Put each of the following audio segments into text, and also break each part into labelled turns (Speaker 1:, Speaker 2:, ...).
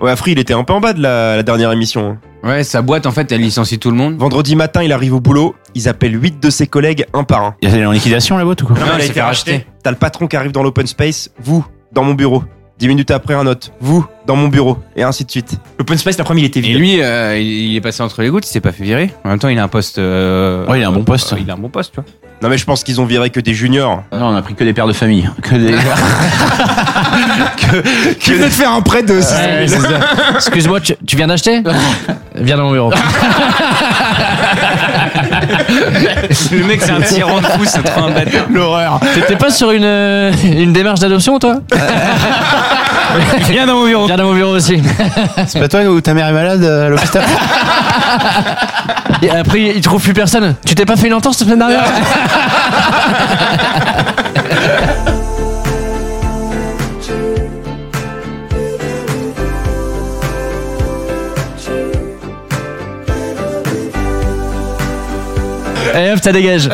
Speaker 1: Ouais, Afri, il était un peu en bas de la, la dernière émission. hein.
Speaker 2: Ouais, sa boîte, en fait, elle licencie tout le monde.
Speaker 1: Vendredi matin, il arrive au boulot, ils appellent 8 de ses collègues un par un.
Speaker 3: Elle est en liquidation la boîte ou quoi
Speaker 2: Non, elle s'est fait racheter.
Speaker 1: T'as le patron qui arrive dans l'open space, vous, dans mon bureau. 10 minutes après, un autre, vous, dans mon bureau, et ainsi de suite.
Speaker 4: Open Space, l'après-midi, il était
Speaker 2: Et
Speaker 4: vide.
Speaker 2: lui, euh, il il est passé entre les gouttes, il s'est pas fait virer. En même temps, il a un poste. euh,
Speaker 3: Ouais, il a un bon poste.
Speaker 2: euh, il a un bon poste, tu vois.
Speaker 1: Non, mais je pense qu'ils ont viré que des juniors.
Speaker 3: Non, on a pris que des pères de famille. Que des. que, que des-
Speaker 1: de faire un prêt de.
Speaker 5: Ouais, c'est ça. Excuse-moi, tu, tu viens d'acheter Viens dans mon bureau.
Speaker 2: Le mec, c'est un tyran de fou, c'est trop un bâtard.
Speaker 3: L'horreur.
Speaker 5: T'étais pas sur une, euh, une démarche d'adoption, toi
Speaker 2: Viens dans mon bureau.
Speaker 5: Viens dans mon bureau aussi.
Speaker 3: C'est pas toi où ta mère est malade euh, à l'hôpital
Speaker 5: Et après, il trouve plus personne. Tu t'es pas fait une entente cette semaine dernière Et Eh, hop, ça dégage.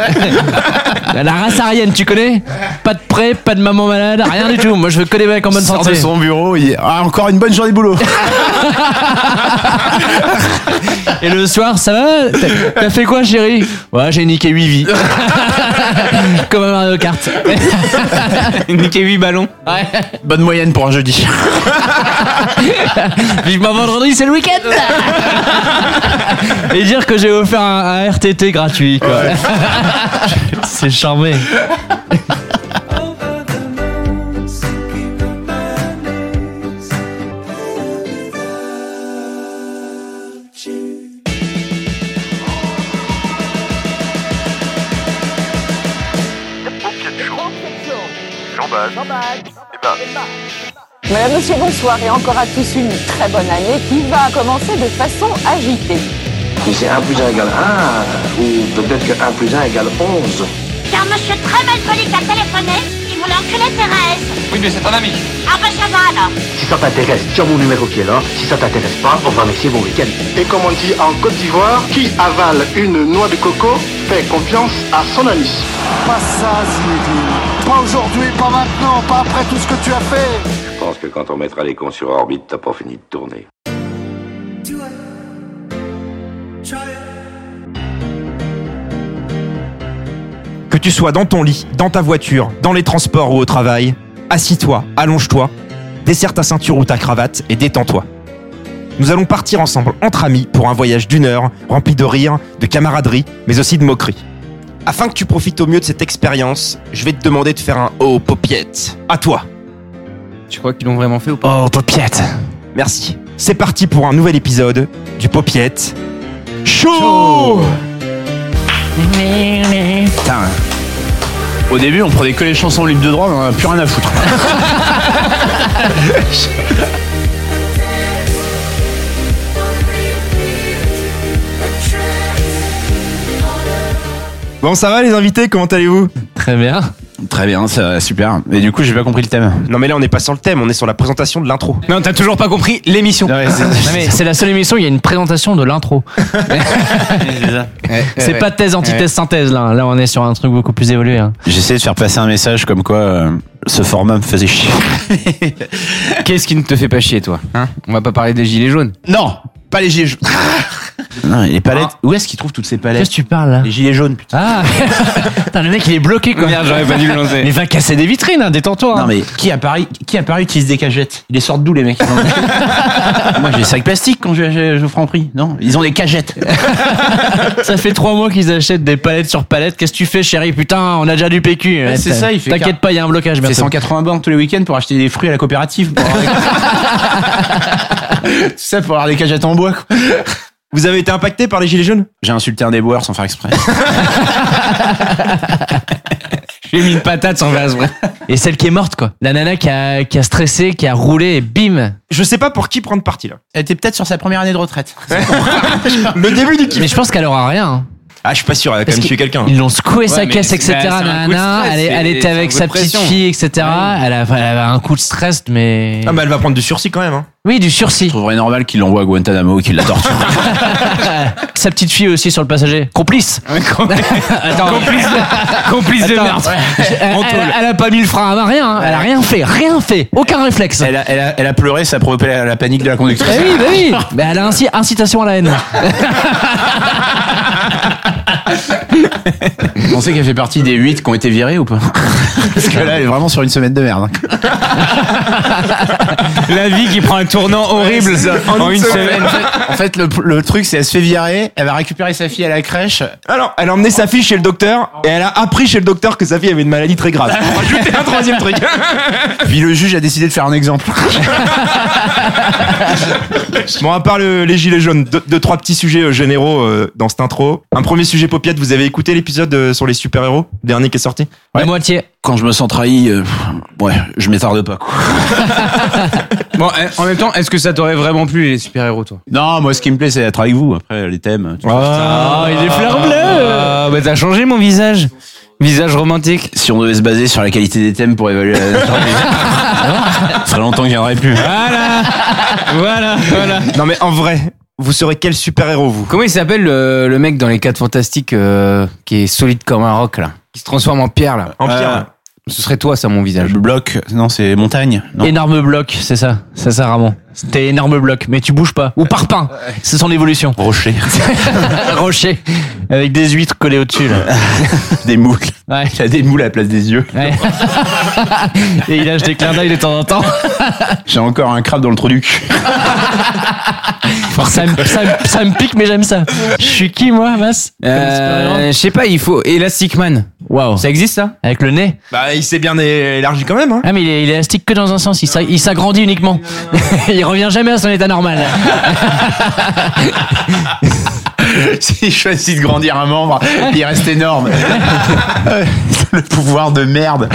Speaker 5: La race arienne, tu connais Pas de prêt, pas de maman malade, rien du tout. Moi, je veux que des mecs en bonne
Speaker 3: Sort
Speaker 5: santé.
Speaker 3: de son bureau. il- Ah, encore une bonne journée de boulot.
Speaker 5: Et le soir, ça va T'as- T'as fait quoi, chérie Ouais, j'ai niqué 8 vies. Comme un Mario Kart.
Speaker 2: Niquer 8 ballons.
Speaker 5: Ouais.
Speaker 3: Bonne moyenne pour un jeudi.
Speaker 5: Vivement vendredi, c'est le week-end Et dire que j'ai offert un, un RTT gratuit, quoi. c'est charmé.
Speaker 6: Madame, monsieur, bonsoir et encore à tous une très bonne année qui va commencer de façon agitée.
Speaker 7: Mais c'est 1 plus 1 égale 1, ou peut-être que 1 plus 1 égale 11.
Speaker 8: Car monsieur très malpoli a téléphoné, il voulait enculer Thérèse.
Speaker 2: Oui, mais c'est ton ami.
Speaker 8: Ah ben ça va alors.
Speaker 7: Si ça t'intéresse, sur mon numéro qui est là. Si ça t'intéresse pas, on va mixer mon week-end. Et comme on dit en Côte d'Ivoire, qui avale une noix de coco fait confiance à son ami. Pas ça, Zinedine. Pas aujourd'hui, pas maintenant, pas après tout ce que tu as fait.
Speaker 9: Je pense que quand on mettra les cons sur orbite, t'as pas fini de tourner.
Speaker 1: Que tu sois dans ton lit, dans ta voiture, dans les transports ou au travail, assis-toi, allonge-toi, desserre ta ceinture ou ta cravate et détends-toi. Nous allons partir ensemble entre amis pour un voyage d'une heure, rempli de rire, de camaraderie, mais aussi de moquerie. Afin que tu profites au mieux de cette expérience, je vais te demander de faire un haut popiette. À toi.
Speaker 2: Tu crois qu'ils l'ont vraiment fait ou pas
Speaker 5: Oh, popiette
Speaker 1: Merci. C'est parti pour un nouvel épisode du popiette. Show
Speaker 5: Oh.
Speaker 3: Putain. Au début, on prenait que les chansons libres de droit, mais on en a plus rien à foutre.
Speaker 1: Bon, ça va les invités Comment allez-vous
Speaker 5: Très bien.
Speaker 3: Très bien, ça va, super. Et du coup, j'ai pas compris le thème.
Speaker 1: Non, mais là, on n'est pas sur le thème, on est sur la présentation de l'intro.
Speaker 2: Non, t'as toujours pas compris l'émission.
Speaker 3: Ouais, c'est-
Speaker 5: Non, mais c'est la seule émission où il y a une présentation de l'intro. C'est pas thèse, antithèse, synthèse, là. Là, on est sur un truc beaucoup plus évolué. hein.
Speaker 3: J'essayais de faire passer un message comme quoi euh, ce format me faisait chier.
Speaker 2: Qu'est-ce qui ne te fait pas chier, toi hein On va pas parler des gilets jaunes.
Speaker 3: Non, pas les gilets jaunes. non, les palettes. Où est-ce qu'ils trouvent toutes ces
Speaker 5: Qu'est-ce
Speaker 3: palettes
Speaker 5: que tu parles, là
Speaker 3: Les gilets jaunes, putain.
Speaker 5: Ah Putain, le mec, il est bloqué, quoi.
Speaker 2: Merde, j'aurais pas dû le lancer.
Speaker 5: Mais va casser des vitrines, hein, détends-toi. hein.
Speaker 3: Non mais qui à Paris, qui à Paris utilise des cagettes Ils les sortent d'où les mecs Moi j'ai des sacs plastiques quand je, je, je prends prix. Non, ils ont des cagettes.
Speaker 5: Ça fait trois mois qu'ils achètent des palettes sur palettes. Qu'est-ce que tu fais, chérie Putain, on a déjà du PQ.
Speaker 3: Ouais, c'est
Speaker 5: T'as-
Speaker 3: ça, il fait
Speaker 5: T'inquiète
Speaker 3: car-
Speaker 5: pas, il y a un blocage.
Speaker 3: C'est
Speaker 5: bientôt.
Speaker 3: 180 bornes tous les week-ends pour acheter des fruits à la coopérative. Pour avoir- Tout ça pour avoir des cagettes en bois. quoi.
Speaker 1: Vous avez été impacté par les gilets jaunes
Speaker 3: J'ai insulté un déboueur sans faire exprès.
Speaker 2: J'ai mis une patate sans vase, vrai.
Speaker 5: Et celle qui est morte, quoi. La nana qui a, qui a stressé, qui a roulé, et bim.
Speaker 1: Je sais pas pour qui prendre parti là.
Speaker 3: Elle était peut-être sur sa première année de retraite.
Speaker 1: Le début du kiff.
Speaker 5: Mais je pense qu'elle aura rien. hein.
Speaker 1: Ah, je suis pas sûr, elle a quand
Speaker 5: Parce
Speaker 1: même
Speaker 5: que-
Speaker 1: tué quelqu'un.
Speaker 5: Ils l'ont secoué sa
Speaker 2: Ouais, mais
Speaker 5: caisse,
Speaker 2: c'est-
Speaker 5: etc.
Speaker 2: bah, c'est un
Speaker 5: nana,
Speaker 2: coup de stress,
Speaker 5: elle, est- elle
Speaker 2: c'est-
Speaker 5: était
Speaker 2: c'est un
Speaker 5: avec
Speaker 2: coup
Speaker 5: sa
Speaker 2: de
Speaker 5: petite
Speaker 2: pression.
Speaker 5: fille, etc. Elle, a- elle avait un coup de stress, mais.
Speaker 1: Ah, bah elle va bah, prendre du sursis quand même. Hein.
Speaker 5: Oui, du sursis.
Speaker 3: Je trouverais normal qu'il l'envoie à Guantanamo et qu'il la torture.
Speaker 5: Sa petite fille aussi sur le passager. Complice. Attends.
Speaker 2: Complice, complice de
Speaker 5: Attends.
Speaker 2: merde.
Speaker 5: Elle,
Speaker 2: En tôle.
Speaker 5: elle- elle a pas mis le frein à main, rien. hein. Elle a rien fait, rien fait. Aucun réflexe.
Speaker 3: elle, a, elle, a, elle a pleuré, ça a provoqué la, la panique de la
Speaker 5: Eh
Speaker 3: conductrice.
Speaker 5: oui, bah oui. Mais elle a ainsi incitation à la haine.
Speaker 3: Vous pensez qu'elle fait partie des 8 qui ont été virés ou pas Parce que là, elle est vraiment sur une semaine de merde. hein.
Speaker 2: La vie qui prend un tournant horrible en une semaine.
Speaker 3: En fait, le, le truc, c'est elle se fait virer, elle va récupérer sa fille à la crèche.
Speaker 1: Alors, elle a emmené sa fille chez le docteur et elle a appris chez le docteur que sa fille avait une maladie très grave. On va rajouter un troisième truc.
Speaker 3: Puis le juge a décidé de faire un exemple.
Speaker 1: Bon, à part le- les gilets jaunes, deux, deux, trois petits sujets euh, généraux euh, dans cette intro. Un premier sujet popiette, vous avez écouté l'épisode euh, sur les super-héros, dernier qui est sorti
Speaker 5: La moitié.
Speaker 3: Quand je me sens trahi, euh, ouais, je m'étarde pas. Quoi.
Speaker 2: Bon, eh, en même temps, est-ce que ça t'aurait vraiment plu les super-héros, toi
Speaker 3: Non, moi, ce qui me plaît, c'est d'être avec vous. Après, les thèmes. tu vois.
Speaker 5: Ah, il est fleur bleue.
Speaker 2: Ah, bah t'as changé mon visage. Visage romantique.
Speaker 3: Si on devait se baser sur la qualité des thèmes pour évaluer la ça ferait longtemps que j'y aurais plus.
Speaker 2: Voilà, voilà, voilà.
Speaker 1: Non, mais en vrai, vous serez quel super-héros, vous
Speaker 2: Comment il s'appelle le, le mec dans les 4 fantastiques euh, qui est solide comme un roc là Qui se transforme en pierre là
Speaker 1: En
Speaker 3: Euh,
Speaker 1: pierre
Speaker 2: Ce serait toi ça mon visage.
Speaker 3: Le bloc, non, c'est montagne. Non.
Speaker 5: Énorme bloc, c'est ça. C'est ça, Ramon. T'es énorme bloc, mais tu bouges pas. Ou parpaing. C'est son évolution.
Speaker 3: Rocher,
Speaker 5: Rocher. Avec des huîtres collées au-dessus, là.
Speaker 3: des moules.
Speaker 5: Ouais.
Speaker 3: Il a des moules à la place des yeux.
Speaker 5: ouais. Et il lâche des clins d'œil de temps en temps.
Speaker 3: J'ai encore un crabe dans le trou du cul.
Speaker 5: Ça me, ça me- ça me pique, mais j'aime ça. Je suis qui, moi, masse
Speaker 2: Euh, je sais pas, il faut Elastic Man.
Speaker 5: Waouh.
Speaker 2: Ça existe ça
Speaker 5: Avec le nez.
Speaker 1: Bah, il s'est bien é- élargi quand même, hein
Speaker 5: Ah, mais il est, il est élastique que dans un sens. Il s'a- Il s'agrandit uniquement. il revient jamais à son état normal.
Speaker 3: S'il choisit de grandir un membre, il reste énorme. le pouvoir de merde.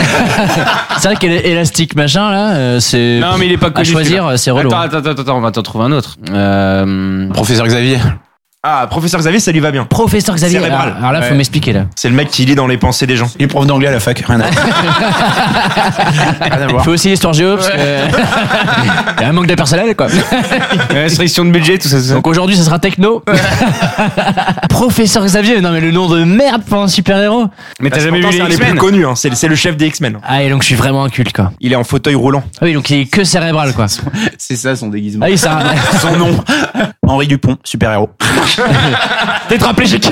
Speaker 5: C'est vrai qu'elle est élastique, machin, là. euh, c'est.
Speaker 2: Non, mais il est pas
Speaker 5: À
Speaker 2: connu.
Speaker 5: choisir,
Speaker 2: celui-là.
Speaker 5: euh, c'est relou.
Speaker 2: Attends, attends, attends, attends, on va t'en trouver un autre. Euh,
Speaker 3: Professeur Xavier.
Speaker 1: Ah, professeur Xavier, ça lui va bien.
Speaker 5: Professeur Xavier. Alors,
Speaker 1: Cérébral.
Speaker 5: alors là, faut
Speaker 1: Ouais.
Speaker 5: m'expliquer, là.
Speaker 1: C'est le mec qui lit dans les pensées des gens.
Speaker 3: Il est prof d'anglais à la fac. Rien à, Rien à
Speaker 5: Il
Speaker 3: voir.
Speaker 5: faut aussi l'histoire géo, parce que. il y a un manque de personnel, quoi.
Speaker 2: restriction de budget, tout ça. tout ça.
Speaker 5: Donc aujourd'hui, ça sera techno. Professeur Xavier, non mais le nom de merde pour un super-héros.
Speaker 2: Mais t'as
Speaker 1: Parce
Speaker 2: jamais vu
Speaker 1: qu'en
Speaker 2: les
Speaker 1: temps, C'est un des plus
Speaker 2: X-Men
Speaker 1: connus, hein. c'est c'est le chef des X-Men.
Speaker 5: Ah et donc je suis vraiment un culte quoi.
Speaker 1: Il est en fauteuil roulant.
Speaker 5: Ah oui, donc il est que cérébral quoi.
Speaker 3: C'est ça son déguisement.
Speaker 5: Ah oui, ça.
Speaker 3: Son nom. Henri Dupont, super-héros.
Speaker 5: Tétraplégique.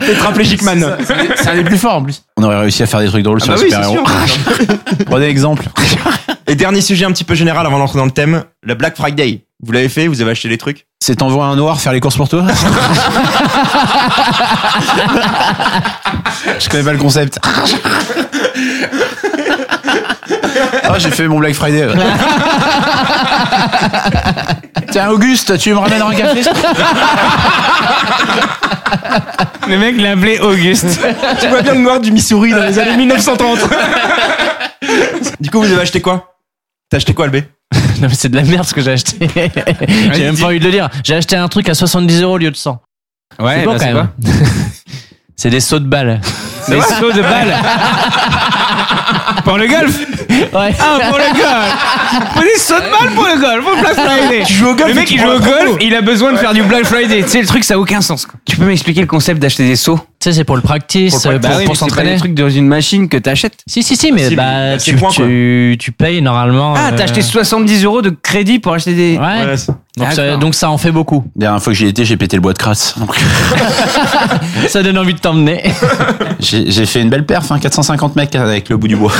Speaker 1: Tétraplégique man.
Speaker 3: C'est un des plus forts en plus. On aurait réussi à faire des trucs drôles sur
Speaker 1: bah
Speaker 3: un
Speaker 1: oui,
Speaker 3: super-héros. Prenez exemple.
Speaker 1: Et dernier sujet un petit peu général avant d'entrer dans le thème, la Black Friday. Vous l'avez fait, vous avez acheté des trucs
Speaker 3: C'est t'envoies un noir faire les courses pour toi Je connais pas le concept. Ah, j'ai fait mon Black Friday. Tiens, Auguste, tu me ramènes un café
Speaker 2: Le mec l'a appelé Auguste.
Speaker 1: Tu vois bien le noir du Missouri dans les années 1930. du coup, vous avez acheté quoi T'as acheté quoi, Albé
Speaker 5: non mais c'est de la merde ce que j'ai acheté. j'ai même
Speaker 2: dis.
Speaker 5: pas envie de le dire. J'ai acheté un truc à 70 euros au lieu de 100.
Speaker 2: Ouais, bah,
Speaker 5: c'est bon quand même. C'est des sauts de balles.
Speaker 2: Des sauts de balle. pour le golf
Speaker 5: Ouais.
Speaker 2: Ah, pour le golf Pour des sauts de balle pour le golf, pour Black Friday
Speaker 1: Tu joues au golf
Speaker 2: Le
Speaker 1: et
Speaker 2: mec
Speaker 1: tu
Speaker 2: il joue
Speaker 1: prends
Speaker 2: au
Speaker 1: la
Speaker 2: golf,
Speaker 1: promo.
Speaker 2: il a besoin de faire du Black Friday. Tu sais, le truc ça a aucun sens. quoi. Tu peux m'expliquer le concept d'acheter des sauts
Speaker 5: Tu sais, c'est pour le practice,
Speaker 2: Bah
Speaker 5: pour,
Speaker 2: oui,
Speaker 5: pour
Speaker 2: mais c'est pas des
Speaker 5: s'entraîner.
Speaker 2: trucs dans une machine que t'achètes.
Speaker 5: Si si si, mais
Speaker 1: Si, mais
Speaker 5: bah
Speaker 1: c'est
Speaker 5: tu,
Speaker 1: point, quoi.
Speaker 5: tu tu payes normalement.
Speaker 2: Ah, t'as
Speaker 5: euh,
Speaker 2: acheté 70 euros de crédit pour acheter des.
Speaker 5: Ouais.
Speaker 1: Ouais, c'est-
Speaker 5: Donc, ça,
Speaker 2: Ah, D'accord.
Speaker 5: donc ça en fait beaucoup.
Speaker 3: Dernière fois que j'y étais, j'ai pété le bois de crasse. Donc,
Speaker 5: Ça donne envie de t'emmener.
Speaker 3: J'ai j'ai fait une belle perf, hein, 450 mecs avec le bout du bois.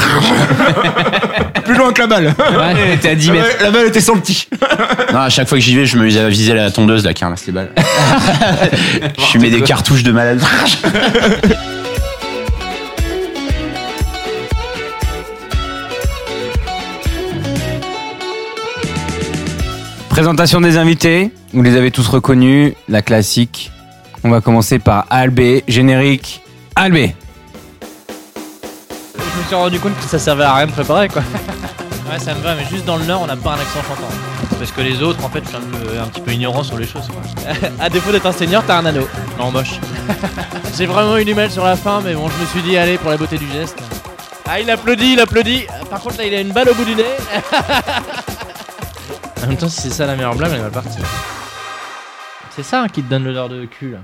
Speaker 1: Plus loin que la balle.
Speaker 5: Ouais.
Speaker 2: T'es à 10 mètres.
Speaker 1: La balle était sentie.
Speaker 3: Non, à chaque fois que j'y vais, je me visais à viser la tondeuse, là, qui ramasse les balles. je fumais des cartouches de malade.
Speaker 2: Présentation des invités. Vous les avez tous reconnus. La classique. On va commencer par Albé. Générique. Albé.
Speaker 5: Je me suis rendu compte que ça servait à rien de préparer quoi. Ouais, ça me va, mais juste dans le Nord, on n'a pas un accent chantant. Parce que les autres, en fait, je suis un, peu- un petit peu ignorant sur les choses. Quoi. à défaut d'être un seigneur, t'as un anneau. Non, moche. J'ai vraiment eu du mal sur la fin, mais bon, je me suis dit, allez, pour la beauté du geste. Ah, il applaudit, il applaudit. Par contre, là, il a une balle au bout du nez.
Speaker 10: En même temps, si c'est ça la meilleure blague, elle est mal partie. C'est ça hein, qui te donne l'odeur de cul. Là.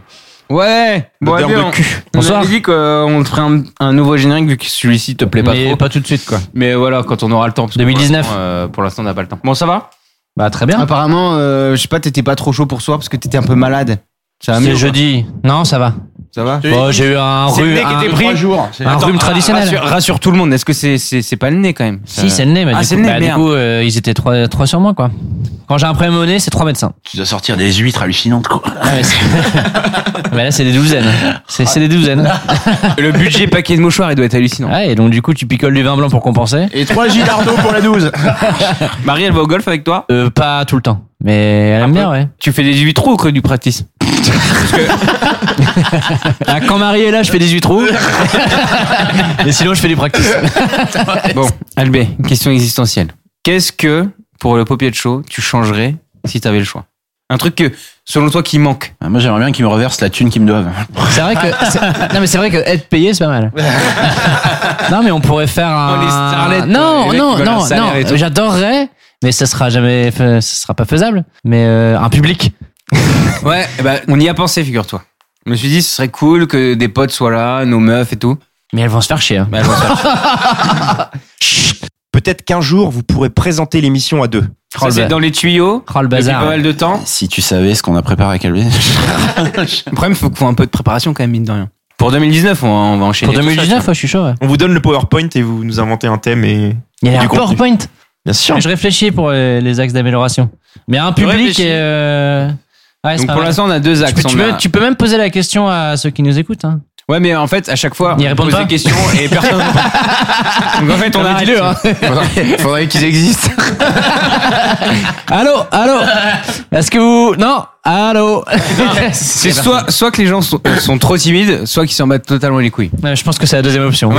Speaker 2: Ouais Bon,
Speaker 1: L'odeur
Speaker 2: eh bien,
Speaker 1: de cul.
Speaker 2: on, on
Speaker 5: Bonsoir.
Speaker 2: avait dit qu'on te ferait un, un nouveau générique vu que celui-ci te plaît pas
Speaker 5: Mais
Speaker 2: trop.
Speaker 5: pas tout de suite, quoi.
Speaker 2: Mais voilà, quand on aura le temps. parce que pour
Speaker 5: 2019.
Speaker 2: l'instant, euh, Pour l'instant, on n'a pas le temps. Bon, ça va
Speaker 5: Bah, très bien.
Speaker 3: Apparemment, euh, je sais pas, t'étais pas trop chaud pour soi parce que t'étais un peu malade. Ça va mieux,
Speaker 5: Ah, C'est
Speaker 3: quoi
Speaker 5: jeudi. Non, ça va.
Speaker 3: Ça va
Speaker 5: Bon, Bah, j'ai eu un
Speaker 2: C'est le
Speaker 5: rhume.
Speaker 2: mec qui
Speaker 5: Un,
Speaker 2: était pris. Ah,
Speaker 5: jours. un rhume traditionnel.
Speaker 2: Rassure, rassure tout le monde, est-ce que c'est c'est- c'est pas le nez quand même
Speaker 5: Si, c'est le nez, mais
Speaker 2: Ah,
Speaker 5: du,
Speaker 2: c'est
Speaker 5: coup,
Speaker 2: le nez,
Speaker 5: bah, du
Speaker 2: merde.
Speaker 5: coup, euh, ils étaient trois, trois sur moi, quoi. Quand j'ai un problème au nez, c'est trois médecins.
Speaker 7: Tu dois sortir des huîtres hallucinantes, quoi.
Speaker 2: Ah,
Speaker 5: mais là, c'est des douzaines. C'est c'est des douzaines.
Speaker 2: Ah, Le budget paquet de mouchoirs, il doit être hallucinant.
Speaker 5: Ouais, et donc, du coup, tu picoles du vin blanc pour compenser.
Speaker 7: Et 3 Gilardo pour la 12.
Speaker 2: Marie, elle va au golf avec toi
Speaker 5: Euh, pas tout le temps. Mais elle aime bien, ouais.
Speaker 2: Tu fais des 18 trous ou que du practice
Speaker 5: Ah, quand Marie est là, je fais des huîtres rouges. Et sinon, je fais du practice.
Speaker 2: Bon, Albé, question existentielle. Qu'est-ce que, pour le paupier de chaud, tu changerais si t'avais le choix Un truc que, selon toi, qui manque.
Speaker 3: Euh,
Speaker 5: moi, j'aimerais bien qu'ils me reversent la thune qu'ils me doivent. C'est vrai que, c'est- non, mais c'est vrai que être payé, c'est pas mal. non, mais on pourrait faire un.
Speaker 2: Oh, les starlettes, les
Speaker 5: non,
Speaker 2: mecs
Speaker 5: non,
Speaker 2: qui veulent un
Speaker 5: non,
Speaker 2: salaire et tout.
Speaker 5: non. J'adorerais, mais ça sera jamais, fa- ça sera pas faisable. Mais euh, un public.
Speaker 2: Ouais, eh ben, on y a pensé, figure-toi. Je me suis dit, ce serait cool que des potes soient là, nos meufs et tout.
Speaker 5: Mais elles vont se faire chier. hein.
Speaker 2: Bah, elles vont se faire chier.
Speaker 1: Peut-être qu'un jour, vous pourrez présenter l'émission à deux.
Speaker 2: Ça, c'est dans les tuyaux.
Speaker 5: Oh, le
Speaker 2: Depuis
Speaker 5: bazar.
Speaker 2: pas mal de temps.
Speaker 3: Si tu savais ce qu'on a préparé à Calvé.
Speaker 2: Le problème, il faut qu'on ait un peu de préparation quand même, mine de rien. Pour 2019, on va, on va enchaîner.
Speaker 5: Pour
Speaker 2: tout ça,
Speaker 5: 2019,
Speaker 2: tu vois.
Speaker 5: ouais, je suis chaud. ouais.
Speaker 1: On vous donne le PowerPoint et vous nous inventez un thème et.
Speaker 5: Il y
Speaker 1: Du
Speaker 5: a un
Speaker 1: contenu.
Speaker 5: PowerPoint.
Speaker 1: Bien sûr.
Speaker 5: Je réfléchis pour euh, les axes d'amélioration. Mais un public
Speaker 2: réfléchis.
Speaker 5: et. euh, Ouais, c'est
Speaker 2: Donc
Speaker 5: pas
Speaker 2: pour
Speaker 5: mal.
Speaker 2: l'instant, on a deux
Speaker 5: Tu
Speaker 2: axes.
Speaker 5: peux, tu
Speaker 2: On
Speaker 5: peux-
Speaker 2: a-
Speaker 5: tu peux même poser la question à ceux qui nous écoutent. Hein.
Speaker 2: Ouais, mais en fait, à chaque fois,
Speaker 5: Ils
Speaker 2: on
Speaker 5: répondent
Speaker 2: pose
Speaker 5: pas.
Speaker 2: des questions et personne. Donc en fait, on a
Speaker 5: dis-le, hein.
Speaker 3: Faudrait, faudrait qu'ils existent.
Speaker 5: Allô, allô. Est-ce que vous non, allô.
Speaker 2: C'est soit, soit que les gens sont, sont trop timides, soit qu'ils s'en battent totalement les couilles.
Speaker 5: Ouais, je pense que c'est la deuxième option.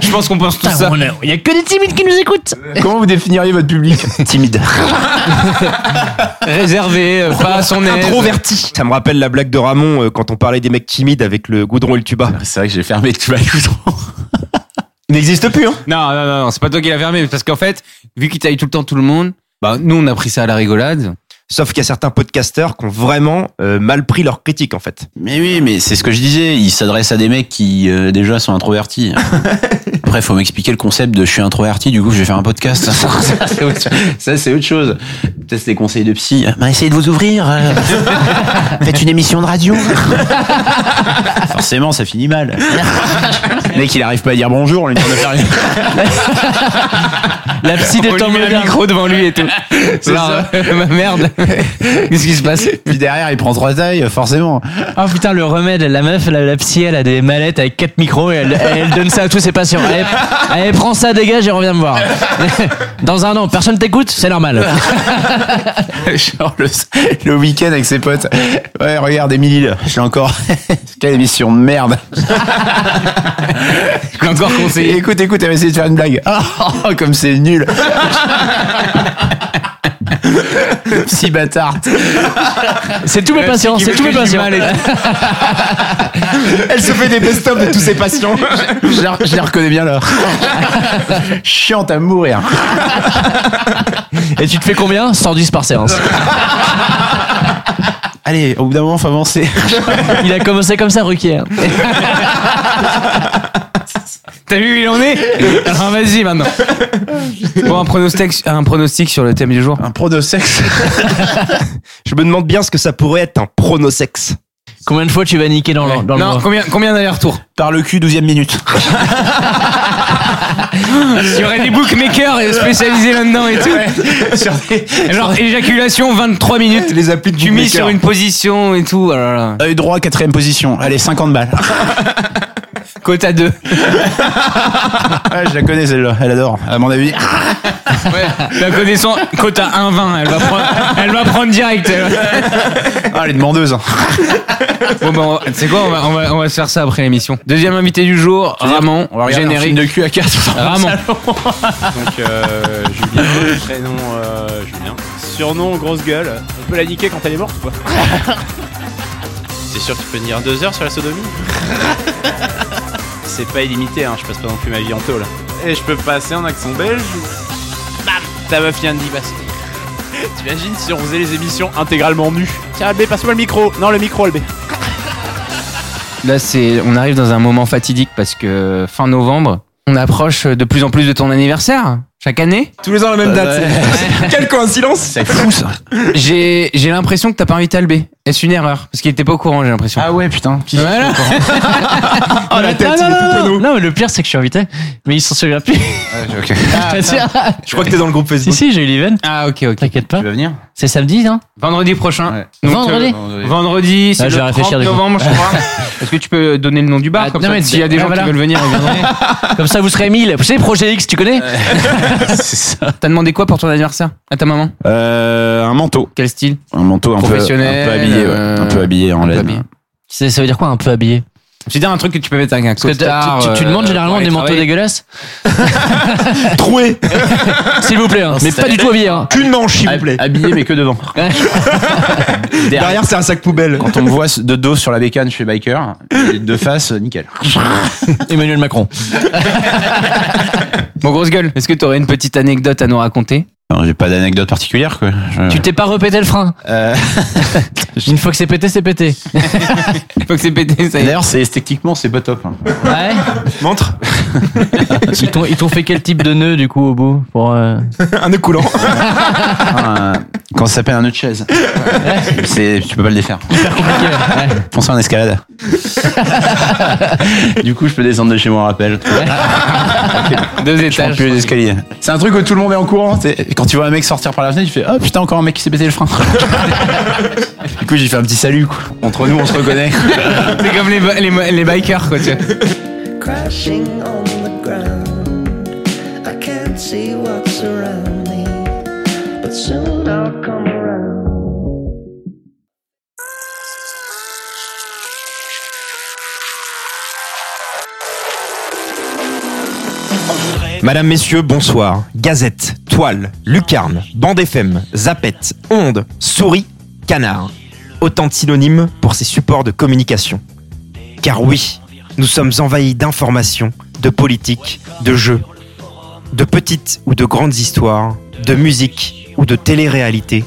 Speaker 2: Je pense qu'on pense tout
Speaker 5: Putain,
Speaker 2: ça.
Speaker 5: on est- Il y a que des timides qui nous écoutent.
Speaker 3: Comment vous définiriez votre public Timide.
Speaker 2: Réservé, euh, pas à son aise.
Speaker 1: Introverti. Ça me rappelle la blague de Ramon euh, quand on parlait des mecs timides avec le goudron et le tuba.
Speaker 3: C'est vrai que j'ai fermé le tuba
Speaker 1: Il n'existe plus, hein.
Speaker 2: Non, non, non, non, c'est pas toi qui l'as fermé. Parce qu'en fait, vu qu'ils taillent tout le temps tout le monde, bah, nous, on a pris ça à la rigolade.
Speaker 1: Sauf qu'il y a certains podcasteurs qui ont vraiment euh, mal pris leur critique, en fait.
Speaker 3: Mais oui, mais c'est ce que je disais. Il s'adresse à des mecs qui euh, déjà sont introvertis. Après, faut m'expliquer le concept de je suis introverti, du coup je vais faire un podcast. Ça, c'est autre- Ça, c'est autre chose. Peut-être c'est des conseils de psy. Ben, essayez de vous ouvrir. euh. Faites une émission de radio. Forcément, ça finit mal. Le mec, il arrive pas à dire bonjour, on lui demande de faire une-
Speaker 5: La psy des
Speaker 2: On
Speaker 5: temps
Speaker 2: lui met le
Speaker 5: modernes.
Speaker 2: micro devant lui et tout. C'est
Speaker 3: ça.
Speaker 2: ma merde. Qu'est-ce qui se passe
Speaker 3: Puis derrière, il prend trois tailles, forcément.
Speaker 5: Oh putain, le remède, la meuf, la, la psy, elle a des mallettes avec quatre micros et elle, elle donne ça à tous ses patients. Allez, allez, prends ça, dégage et reviens me voir. Dans un an, personne t'écoute, c'est normal.
Speaker 3: Genre le, le week-end avec ses potes. Ouais, regarde, Émilie, là, je l'ai encore. Quelle émission de merde.
Speaker 2: Je l'ai encore
Speaker 3: Et
Speaker 2: conseillé.
Speaker 3: écoute, écoute, elle va essayer de faire une blague. Ah, ah, comme c'est nul. si bâtard.
Speaker 5: C'est tous mes patients, c'est tous mes patients.
Speaker 3: Elle se fait des best-of de tous ses passions. je, la, je la reconnais bien là. Chiante à mourir.
Speaker 5: Et tu te fais combien 110 par séance.
Speaker 3: Allez, au bout d'un moment, faut avancer.
Speaker 5: Il a commencé comme ça, Ruquier. hein.
Speaker 2: T'as vu où il en est Alors vas-y maintenant. Bon, un pronostic, un pronostic sur le thème du jour.
Speaker 3: Un pro de sexe.
Speaker 1: Je me demande bien ce que ça pourrait être un pronosex.
Speaker 5: Combien de fois tu vas niquer dans le, dans le
Speaker 2: non,
Speaker 5: mois
Speaker 2: combien, combien d'allers-retours
Speaker 3: Par le cul, 12 minute.
Speaker 2: Il y aurait des bookmakers spécialisés là-dedans et tout.
Speaker 3: Sur des-
Speaker 2: Genre éjaculation 23 minutes.
Speaker 3: les applis de
Speaker 2: Tu mis
Speaker 3: bookmaker.
Speaker 2: sur une position et tout. Oh là là.
Speaker 3: Œil droit, quatrième position. Allez, 50 balles.
Speaker 2: Côte à deux.
Speaker 3: Ouais, je la connais celle-là, elle adore, à mon avis.
Speaker 2: La connaissance, côte à 1,20. Elle va prendre, elle va prendre direct.
Speaker 3: Ah, elle est demandeuse.
Speaker 2: Bon, ben, on va- tu sais quoi, on va, on, va, on va se faire ça après l'émission. Deuxième invité du jour, Ramon.
Speaker 3: On va regarder un film
Speaker 2: Générique.
Speaker 3: de cul à 4.
Speaker 2: Ramon.
Speaker 11: Donc euh, Julien, prénom euh, Julien. Surnom grosse gueule. On peut la niquer quand elle est morte ou pas
Speaker 10: C'est sûr que tu peux tenir deux heures sur la sodomie
Speaker 11: C'est pas illimité, hein, je passe pas non plus ma vie en tôle. Et je peux passer en accent belge
Speaker 10: Ta meuf vient de d'y passer.
Speaker 11: bah, T'imagines si on faisait les émissions intégralement nues Tiens, Albé, passe-moi le micro. Non, le micro, Albé.
Speaker 2: Là, c'est, on arrive dans un moment fatidique parce que fin novembre, on approche de plus en plus de ton anniversaire. Chaque année.
Speaker 1: Tous les ans la même date. Quelle coïncidence C'est
Speaker 3: Euh, fou ça.
Speaker 2: J'ai, j'ai l'impression que t'as pas invité Albé. Est-ce une erreur Parce qu'il était pas au courant, j'ai l'impression. Ah
Speaker 3: ouais, putain.
Speaker 2: Voilà.
Speaker 5: Oh la tête, non, non, non, non, mais le pire, c'est que je suis invité, mais ils s'en souviennent plus. Ah,
Speaker 3: ok.
Speaker 5: Pas sûr.
Speaker 1: Je crois que t'es dans le groupe
Speaker 5: si,
Speaker 1: Facebook.
Speaker 5: si, j'ai eu l'event.
Speaker 2: Ah ok, ok.
Speaker 5: T'inquiète pas.
Speaker 3: Tu vas venir
Speaker 5: C'est samedi, non
Speaker 2: Vendredi prochain.
Speaker 3: Ouais.
Speaker 2: Donc,
Speaker 5: Vendredi
Speaker 2: euh, Vendredi, c'est
Speaker 5: Là, je
Speaker 2: le
Speaker 5: vais réfléchir
Speaker 2: 30
Speaker 5: du coup.
Speaker 2: novembre, je crois. Bah, Est-ce que tu peux donner le nom du bar
Speaker 5: Ah,
Speaker 2: comme
Speaker 5: non,
Speaker 2: ça,
Speaker 5: mais
Speaker 2: S'il y a des
Speaker 5: ouais,
Speaker 2: gens
Speaker 5: voilà.
Speaker 2: qui veulent venir, ils viendront.
Speaker 5: Comme ça, vous serez 1000. Vous savez, Projet X, tu connais
Speaker 3: C'est ça.
Speaker 2: T'as demandé quoi pour ton anniversaire à ta maman
Speaker 3: Euh, un manteau.
Speaker 2: Quel style
Speaker 3: Un manteau un peu, un peu
Speaker 2: Professionnel,
Speaker 3: habillé, ouais.
Speaker 2: euh,
Speaker 3: un peu habillé
Speaker 2: un
Speaker 3: en
Speaker 2: peu
Speaker 3: laine.
Speaker 2: habillé.
Speaker 5: C'est- Ça veut dire quoi, un peu habillé
Speaker 2: C'est-à-dire un truc que tu peux mettre avec un
Speaker 5: Parce que
Speaker 2: costard.
Speaker 5: t'as- tu, tu- tu
Speaker 2: euh,
Speaker 5: demandes généralement
Speaker 2: pour aller
Speaker 5: des manteaux
Speaker 2: travailler.
Speaker 5: dégueulasses
Speaker 1: Troué
Speaker 5: S'il vous plaît, hein. mais pas du tout habillé. Hein.
Speaker 1: Qu'une manche, s'il vous plaît.
Speaker 3: Habillé mais que devant.
Speaker 1: Derrière, c'est un sac poubelle.
Speaker 3: Quand on me voit de dos sur la bécane chez Biker, et de face, euh, nickel.
Speaker 5: Emmanuel Macron.
Speaker 2: Bon, grosse gueule, est-ce que t'aurais une petite anecdote à nous raconter
Speaker 3: Non, J'ai pas d'anecdote particulière quoi. Je-
Speaker 5: Tu t'es pas repété le frein
Speaker 3: Euh,
Speaker 5: Une fois que c'est pété, c'est pété.
Speaker 2: Faut que c'est pété, ça y est.
Speaker 3: D'ailleurs, c'est esthétiquement, c'est pas top. hein.
Speaker 5: Ouais.
Speaker 1: Montre.
Speaker 5: Ils t'ont, ils t'ont fait quel type de nœud du coup au bout pour euh,
Speaker 1: Un nœud coulant.
Speaker 3: Un- Quand ça s'appelle un nœud de chaise, c'est tu peux pas le défaire.
Speaker 5: compliquer, ouais.
Speaker 3: Pense en escalade. du coup, je peux descendre de chez moi, rappel.
Speaker 2: Deux
Speaker 3: Je prends
Speaker 2: étages.
Speaker 3: plus les escaliers. C'est un truc où tout le monde est en courant. t'sais. Quand tu vois un mec sortir par la fenêtre, tu fais Oh putain, encore un mec qui s'est pété le frein. du coup, j'ai fait un petit salut. Quoi. Entre nous, on se reconnaît.
Speaker 2: C'est comme les, ba- les, mo- les bikers, quoi, tu vois.
Speaker 12: crashing on the ground. I can't see what's around me, but soon I'll come around.
Speaker 1: Madame, messieurs, bonsoir. Gazette, toile, lucarne, bande FM, zapette, onde, souris, canard. Autant de synonymes pour ces supports de communication. Car oui, nous sommes envahis d'informations, de politiques, de jeux, de petites ou de grandes histoires, de musique ou de télé-réalité.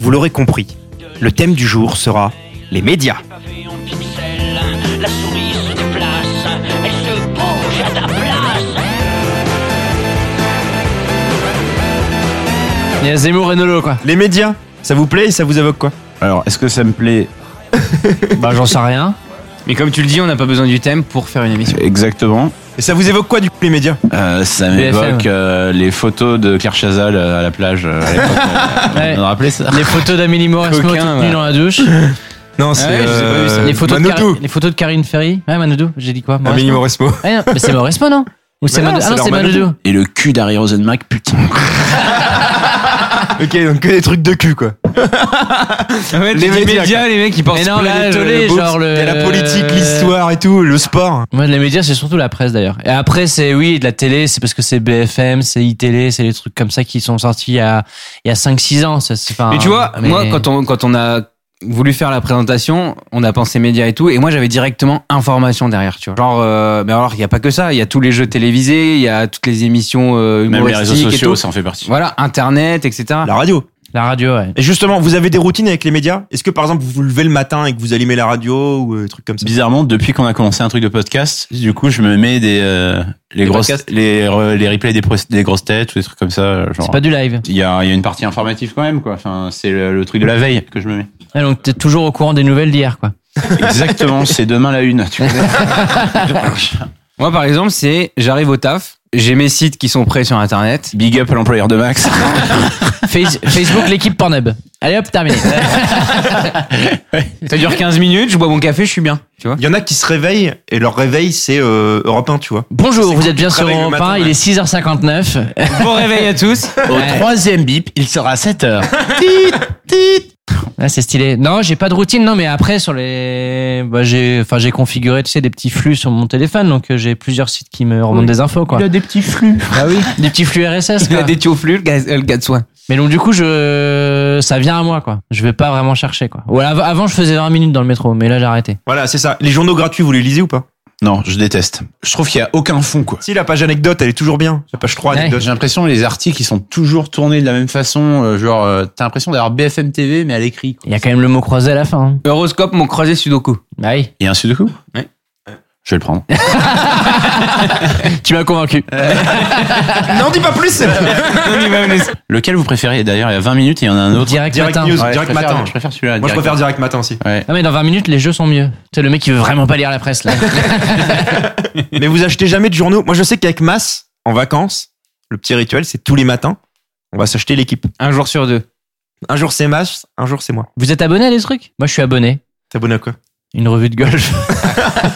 Speaker 1: Vous l'aurez compris, le thème du jour sera les médias.
Speaker 12: La souris se déplace, elle se bouge à ta place.
Speaker 5: Il y a Zemmour et Nolo quoi.
Speaker 1: Les médias, ça vous plaît et ça vous évoque quoi
Speaker 3: Alors, est-ce que ça me plaît
Speaker 5: Bah j'en sais rien.
Speaker 2: Mais comme tu le dis, on n'a pas besoin du thème pour faire une émission.
Speaker 3: Exactement.
Speaker 1: Et ça vous évoque quoi du coup les médias
Speaker 3: Euh, ça
Speaker 5: Le
Speaker 3: m'évoque euh, les photos de Claire Chazal euh, à la plage. euh, à l'époque.
Speaker 5: Ouais.
Speaker 3: Vous vous rappelez ça
Speaker 5: Les photos d'Amélie Mauresmo toute
Speaker 2: Coquin,
Speaker 5: nue
Speaker 2: ouais.
Speaker 5: dans la douche.
Speaker 1: Non, c'est
Speaker 2: Ah ouais, je sais Ah, pas
Speaker 1: euh,
Speaker 2: vu ça.
Speaker 5: les, photos de
Speaker 1: Manodou.
Speaker 5: Cari- les photos de Karine Ferry. Ouais Manodou, j'ai dit quoi Mauresmo
Speaker 1: Amélie Mauresmo.
Speaker 5: Ouais, non, mais c'est Mauresmo non Ou c'est
Speaker 1: non,
Speaker 5: Manodou
Speaker 1: c'est
Speaker 5: Ah non,
Speaker 1: leur
Speaker 5: c'est
Speaker 1: Manodou.
Speaker 5: Manodou.
Speaker 3: Et le cul d'Harry Rosenmack, putain.
Speaker 1: Ok, donc que des trucs de cul, quoi.
Speaker 2: les
Speaker 1: médias,
Speaker 2: médias, les mecs, ils pensent
Speaker 5: Mais non,
Speaker 2: plage,
Speaker 5: mais les tolés,
Speaker 2: le beau-
Speaker 5: genre le.
Speaker 1: Et la politique, l'histoire et tout, le sport.
Speaker 5: Moi, les médias, c'est surtout la presse d'ailleurs. Et après, c'est oui, de la télé, c'est parce que c'est BFM, c'est ITélé, c'est les trucs comme ça qui sont sortis il y a, il y a 5-6 ans. Ça, c'est, enfin,
Speaker 2: Ah, Mais tu vois,
Speaker 5: mais-
Speaker 2: moi, quand on, quand on a voulu faire la présentation, on a pensé médias et tout, et moi j'avais directement information derrière, tu vois. Genre, euh, mais alors, il n'y a pas que ça, il y a tous les jeux télévisés, il y a toutes les émissions euh,
Speaker 3: Même les
Speaker 2: humoristiques
Speaker 3: réseaux
Speaker 2: et
Speaker 3: sociaux,
Speaker 2: tout.
Speaker 3: ça en fait partie.
Speaker 2: Voilà, Internet, etc.
Speaker 1: La radio.
Speaker 5: La radio, ouais.
Speaker 1: Et justement, vous avez des routines avec les médias Est-ce que par exemple, vous vous levez le matin et que vous allumez la radio ou euh, des trucs comme ça
Speaker 3: Bizarrement, depuis qu'on a commencé un truc de podcast, du coup, je me mets des euh, les, grosses
Speaker 2: podcasts
Speaker 3: les re- les replays des, pro- des grosses têtes ou des trucs comme ça. euh,
Speaker 5: C'est
Speaker 3: Genre,
Speaker 5: pas du live.
Speaker 3: il y a, il y a une partie informative quand même, quoi. Enfin, c'est le, le truc de la veille que je me mets.
Speaker 5: Ouais, Eh, donc t'es toujours au courant des nouvelles d'hier, quoi.
Speaker 3: Exactement, c'est demain la une. Tu connais
Speaker 2: Moi, par exemple, c'est j'arrive au taf, j'ai mes sites qui sont prêts sur Internet.
Speaker 3: Big up à l'employeur de Max.
Speaker 5: Face- Facebook, l'équipe Pornhub. Allez hop, terminé.
Speaker 2: Ça dure 15 minutes, je bois mon café, je suis bien, tu vois.
Speaker 1: Il y en a qui se réveillent et leur réveil, c'est euh, Europe 1, tu vois.
Speaker 5: Bonjour,
Speaker 1: C'est
Speaker 5: vous
Speaker 1: quand
Speaker 5: êtes bien
Speaker 1: tu
Speaker 5: sur
Speaker 1: travailles le
Speaker 5: Europe 1,
Speaker 1: matin,
Speaker 5: il
Speaker 1: ouais.
Speaker 5: est 6h59.
Speaker 2: Bon réveil à tous.
Speaker 3: Au troisième bip, il sera 7 heures.
Speaker 5: Ouais, c'est stylé. Non, j'ai pas de routine. Non, mais après sur les, bah, j'ai, enfin, j'ai configuré, tu sais, des petits flux sur mon téléphone, donc euh, j'ai plusieurs sites qui me remontent des infos, quoi.
Speaker 3: a des petits flux.
Speaker 5: Bah oui, des petits flux RSS.
Speaker 2: Il
Speaker 5: Quoi.
Speaker 2: a des tioflus, le gars, le gars de soin.
Speaker 5: Mais donc du coup, je, ça vient à moi, quoi. Je vais pas vraiment chercher, quoi. Ou av- avant, je faisais 20 minutes dans le métro, mais là, j'ai arrêté.
Speaker 1: Voilà, c'est ça. Les journaux gratuits, vous les lisez ou pas
Speaker 3: Non, je déteste. Je trouve qu'il y a aucun fond, quoi.
Speaker 1: Si la page anecdote, elle est toujours bien. La page 3 anecdote.
Speaker 3: J'ai l'impression que les articles, ils sont toujours tournés de la même façon. euh, genre, euh, t'as l'impression d'avoir BFM TV, mais à l'écrit.
Speaker 5: Il y a quand même le mot croisé à la fin. hein.
Speaker 2: Horoscope, mon croisé Sudoku.
Speaker 5: Bah oui.
Speaker 3: Il y a un sudoku
Speaker 2: Oui.
Speaker 3: Je vais le prendre.
Speaker 5: Tu m'as convaincu.
Speaker 1: N'en dis pas plus
Speaker 3: Lequel vous préférez D'ailleurs, il y a 20 minutes, il y en a un autre.
Speaker 5: Direct,
Speaker 1: Direct
Speaker 5: matin.
Speaker 1: news,
Speaker 3: Ouais,
Speaker 1: direct
Speaker 3: je préfère-
Speaker 1: matin.
Speaker 3: Je préfère celui-là.
Speaker 1: Moi, je
Speaker 3: direct.
Speaker 1: préfère direct matin aussi.
Speaker 3: Ouais.
Speaker 5: Non mais dans 20 minutes les jeux sont mieux. C'est le mec qui veut vraiment pas lire la presse là.
Speaker 1: Mais vous achetez jamais de journaux Moi, je sais qu'avec Mass, en vacances, le petit rituel, c'est tous les matins, on va s'acheter l'équipe.
Speaker 2: Un jour sur deux.
Speaker 1: Un jour, c'est Mass, un jour, c'est moi.
Speaker 5: Vous êtes abonné à des trucs Moi je suis abonné.
Speaker 1: T'abonnes à quoi
Speaker 5: Une revue de golf.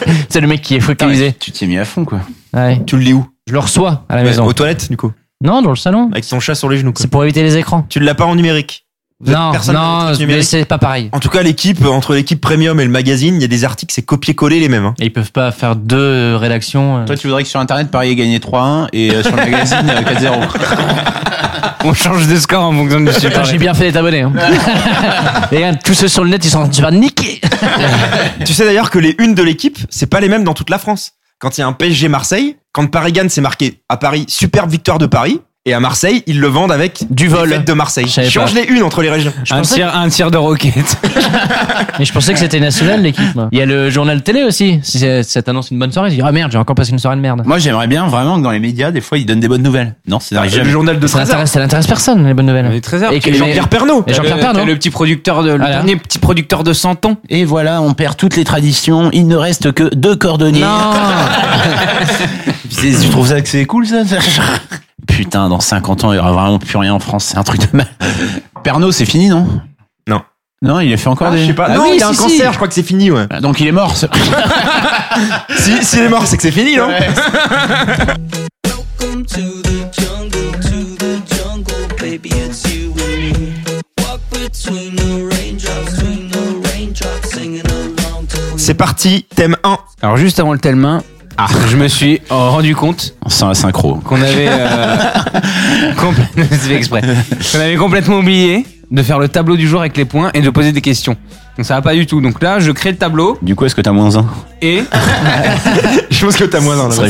Speaker 5: c'est le mec qui est focalisé.
Speaker 3: Tu t'es mis à fond, quoi.
Speaker 5: Ouais.
Speaker 1: Tu le lis où
Speaker 5: Je le reçois à la
Speaker 1: Ouais,
Speaker 5: maison.
Speaker 1: Aux toilettes, du coup.
Speaker 5: Non, dans le salon.
Speaker 1: Avec son chat sur les genoux. quoi.
Speaker 5: C'est pour éviter les écrans.
Speaker 1: Tu ne l'as pas en numérique. Vous êtes
Speaker 5: Non,
Speaker 1: personne dans
Speaker 5: non,
Speaker 1: le truc
Speaker 5: mais
Speaker 1: numérique. Ah.
Speaker 5: c'est pas pareil.
Speaker 1: En tout cas, l'équipe, entre l'équipe premium et le magazine, il y a des articles, c'est copier-coller les mêmes. hein.
Speaker 5: Et ils peuvent pas faire deux euh, rédactions. euh.
Speaker 3: Toi, tu voudrais que sur Internet, Paris ait gagné 3-1 et euh, sur le magazine, euh, 4-0.
Speaker 2: On change de score en fonction du
Speaker 5: Putain,
Speaker 2: support.
Speaker 5: j'ai bien fait d'être abonné. Hein. Et regarde, tous ceux sur le net, ils sont en train de niquer.
Speaker 1: Tu sais d'ailleurs que les unes de l'équipe, c'est pas les mêmes dans toute la France. Quand il y a un PSG Marseille, quand Paris gagne, c'est marqué à Paris superbe victoire de Paris, et à Marseille, ils le vendent avec
Speaker 5: Du vol.
Speaker 1: les fêtes de Marseille.
Speaker 5: Je savais
Speaker 1: Change les unes entre les régions. Je
Speaker 2: Un
Speaker 1: pensais-
Speaker 2: tir, un tir de roquette.
Speaker 5: Mais je pensais que c'était national l'équipe. moi. Il y a le journal télé aussi. Si c'est- ça t'annonce une bonne soirée, tu dis ah merde, j'ai encore passé une soirée de merde.
Speaker 3: Moi, j'aimerais bien vraiment que dans les médias, des fois, ils donnent des bonnes nouvelles. Non, ça n'arrive
Speaker 1: le
Speaker 3: jamais.
Speaker 1: journal de
Speaker 5: Ça
Speaker 1: 13
Speaker 5: n'intéresse ça n'intéresse personne les bonnes nouvelles. Et que-
Speaker 1: Jean-Pierre Pernaud.
Speaker 5: Et Jean-Pierre Pernaut.
Speaker 2: T'as le petit producteur de, le
Speaker 5: Voilà.
Speaker 2: dernier petit producteur de Santon.
Speaker 3: Et voilà, on perd toutes les traditions. Il ne reste que deux cordonniers. C'est- tu trouves ça que c'est cool, ça Putain, dans 50 ans, il y aura vraiment plus rien en France. C'est un truc de mal. Pernod, c'est fini, non
Speaker 1: Non.
Speaker 3: Non, il a fait encore
Speaker 1: Ah,
Speaker 3: des.
Speaker 1: je sais pas.
Speaker 3: Ah
Speaker 1: non,
Speaker 3: oui,
Speaker 1: il a un
Speaker 3: si, si.
Speaker 1: cancer, je crois que c'est fini, ouais.
Speaker 3: Ah, Donc il est mort. ce-
Speaker 1: si, s'il est mort, c'est que c'est fini, non
Speaker 12: Welcome to the jungle, to the jungle, baby, it's you and me. Walk between the raindrops, between the raindrops, singing along to Queen.
Speaker 1: C'est parti, thème 1.
Speaker 2: Alors juste avant le tellement, je me suis euh, rendu compte
Speaker 3: C'est un synchro.
Speaker 2: qu'on avait euh, complètement- c'est fait exprès. Qu'on avait complètement oublié de faire le tableau du jour avec les points et de poser des questions. Donc ça va pas du tout. Donc là, je crée le tableau
Speaker 3: Du coup, est-ce que t'as moins un
Speaker 2: et
Speaker 1: Je pense que t'as moins d'un,
Speaker 3: Ça
Speaker 1: là.
Speaker 3: serait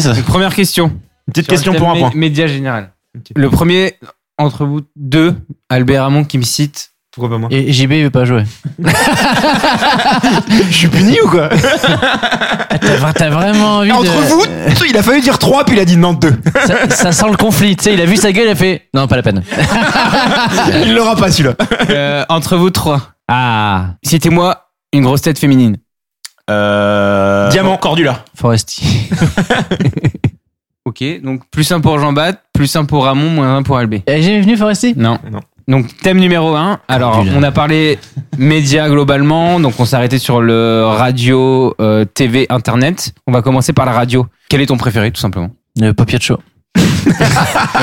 Speaker 3: ça
Speaker 2: première question.
Speaker 1: Une petite
Speaker 2: Sur le
Speaker 1: question
Speaker 2: thème
Speaker 1: pour un
Speaker 2: mé-
Speaker 1: point.
Speaker 2: Média général. Le premier entre vous deux, Albert Hamon qui me cite.
Speaker 1: Pourquoi pas moi
Speaker 5: Et JB il veut pas jouer.
Speaker 1: Je suis puni ou quoi
Speaker 5: Ah, T'as vra- t'as vraiment envie de...
Speaker 1: Entre vous, il a fallu dire 3, puis il a dit non 2.
Speaker 5: ça, ça sent le conflit. Tu sais, il a vu sa gueule, il a fait non, pas la peine.
Speaker 1: Il l'aura pas, celui-là.
Speaker 2: Euh, entre vous trois,
Speaker 5: Ah,
Speaker 2: citez-moi une grosse tête féminine.
Speaker 3: euh...
Speaker 1: Diamant. Cordula.
Speaker 5: Foresti.
Speaker 2: Ok, donc plus un pour Jean-Bat, plus un pour Ramon, moins un pour Albé.
Speaker 5: J'ai jamais venu Foresti
Speaker 2: Non.
Speaker 1: Non.
Speaker 2: Donc thème numéro 1. Alors
Speaker 5: Putain.
Speaker 2: on a parlé médias globalement, donc on s'est arrêté sur le radio, euh, TV, internet. On va commencer par la radio. Quel est ton préféré tout simplement
Speaker 5: Le papier de show
Speaker 1: Ah.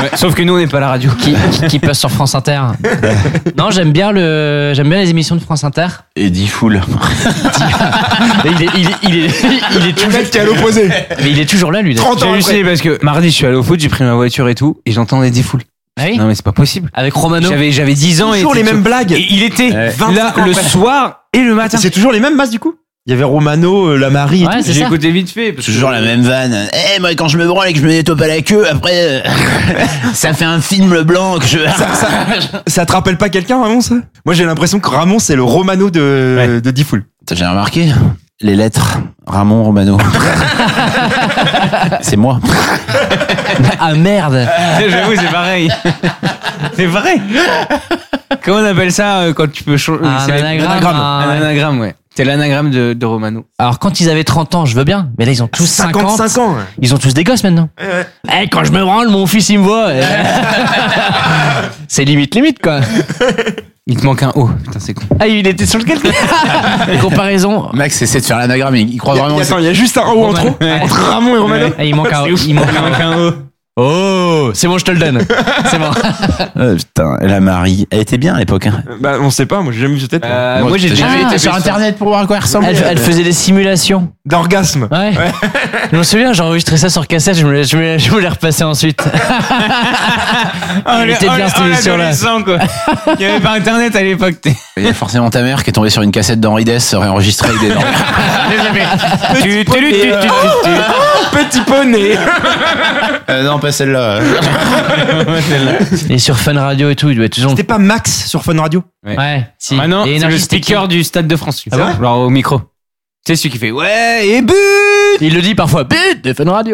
Speaker 2: Ouais, Sauf que nous on n'est pas la radio.
Speaker 5: qui, qui, qui passe sur France Inter. non, j'aime bien le, j'aime bien les émissions de France Inter.
Speaker 3: Eddie Fool.
Speaker 5: Et Il est, il est, il est, il est
Speaker 1: Le
Speaker 5: toujours,
Speaker 1: mec qui est à l'opposé.
Speaker 5: mais il est toujours là lui. d'ailleurs.
Speaker 1: 30
Speaker 2: J'ai
Speaker 1: ans après.
Speaker 2: halluciné parce que mardi je suis allé au foot, j'ai pris ma voiture et tout, et j'entends des foules.
Speaker 5: Ah oui
Speaker 2: Non mais c'est pas possible.
Speaker 5: Avec Romano.
Speaker 2: J'avais j'avais 10 ans et
Speaker 1: Ah Toujours les
Speaker 2: était-
Speaker 1: mêmes blagues.
Speaker 2: Et il était
Speaker 3: Ouais.
Speaker 2: là
Speaker 1: 25 ans
Speaker 2: le
Speaker 1: après.
Speaker 2: soir et le matin.
Speaker 1: C'est toujours les mêmes masses, du coup Il y avait Romano, euh, Lamari. et
Speaker 5: Ouais, Ah, c'est
Speaker 2: J'ai
Speaker 5: ça.
Speaker 2: écouté vite fait. parce que-
Speaker 3: Toujours la même vanne. Eh, moi, quand je me branle et que je me nettoie pas la queue, après, euh, ça fait un film blanc que je.
Speaker 1: tout. Ça te rappelle pas quelqu'un, Ramon, ça Moi, j'ai l'impression que Ramon, c'est le Romano de, de Difool.
Speaker 3: Putain, J'ai remarqué les lettres Ramon Romano. c'est moi.
Speaker 5: Ah merde.
Speaker 2: J'avoue, c'est pareil. c'est vrai. Comment on appelle ça euh, quand tu peux changer
Speaker 5: Un
Speaker 2: c'est les-
Speaker 5: anagramme,
Speaker 2: Un
Speaker 5: ah,
Speaker 2: anagramme,
Speaker 5: ouais.
Speaker 2: ouais. C'est l'anagramme de, de Romano.
Speaker 5: Alors quand ils avaient 30 ans, je veux bien, mais là ils ont tous 50.
Speaker 1: 55 ans. ouais.
Speaker 5: Ils ont tous des gosses maintenant. Eh, quand je me branle, mon fils il me voit. Eh. c'est limite limite quoi.
Speaker 2: Il te manque un O. Putain, c'est con.
Speaker 5: Ah, il était sur lequel Les comparaisons.
Speaker 3: Max essaie de faire l'anagramme, il il croit
Speaker 1: Il y a-
Speaker 3: vraiment.
Speaker 1: Attends, il y a juste un O en trop
Speaker 5: Ouais. Ah,
Speaker 1: entre Ramon et Romano.
Speaker 5: Eh, il manque un, il manque un-
Speaker 2: O.
Speaker 5: Oh, c'est bon, je te le donne. C'est bon.
Speaker 3: Euh, putain, la Marie, elle était bien à l'époque. hein.
Speaker 1: Bah, on sait pas, moi j'ai jamais vu cette tête.
Speaker 2: Euh.
Speaker 3: moi, j'ai déjà
Speaker 5: Ah, sur internet
Speaker 3: pour voir à quoi elle ressemblait.
Speaker 5: Elle, elle faisait des simulations.
Speaker 1: D'orgasme.
Speaker 5: Ouais. Je me souviens, j'ai enregistré ça sur cassette, je me l'ai- je me l'ai- je me l'ai repassé ensuite.
Speaker 2: Ah,
Speaker 5: Elle était bien cette émission-là.
Speaker 2: quoi. Il n'y avait pas internet à l'époque.
Speaker 3: Il y a forcément ta mère qui est tombée sur une cassette d'Henri Dess réenregistrée avec des dents.
Speaker 2: Tu- tu- tu- tu- tu- tu-
Speaker 1: Petit poney.
Speaker 3: Euh, non, pas celle-là.
Speaker 5: Et sur Fun Radio et tout, il doit être toujours.
Speaker 1: C'était pas Max sur Fun Radio
Speaker 2: Ouais.
Speaker 5: Ouais, si.
Speaker 2: Maintenant,
Speaker 5: Et
Speaker 2: Ah, c'est le
Speaker 5: Energy, c'était qui
Speaker 2: speaker du Stade de France.
Speaker 5: Ah bon
Speaker 2: Genre au micro. C'est celui qui fait ouais et but
Speaker 5: Il le dit parfois, but de Fun Radio.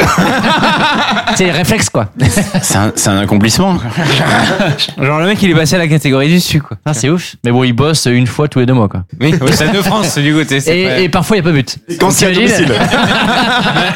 Speaker 5: c'est réflexe quoi.
Speaker 3: C'est un, c'est un accomplissement.
Speaker 2: Genre le mec il est passé à la catégorie du dessus quoi.
Speaker 5: Ah, c'est ouf. Mais bon, il bosse une fois tous les deux mois quoi.
Speaker 2: Oui, au Stade de France du coup. t'es- c'est
Speaker 5: Et,
Speaker 2: pas-
Speaker 5: et parfois, il n'y a pas but.
Speaker 1: Quand c'est à
Speaker 5: Donc, t'imagines-
Speaker 1: domicile.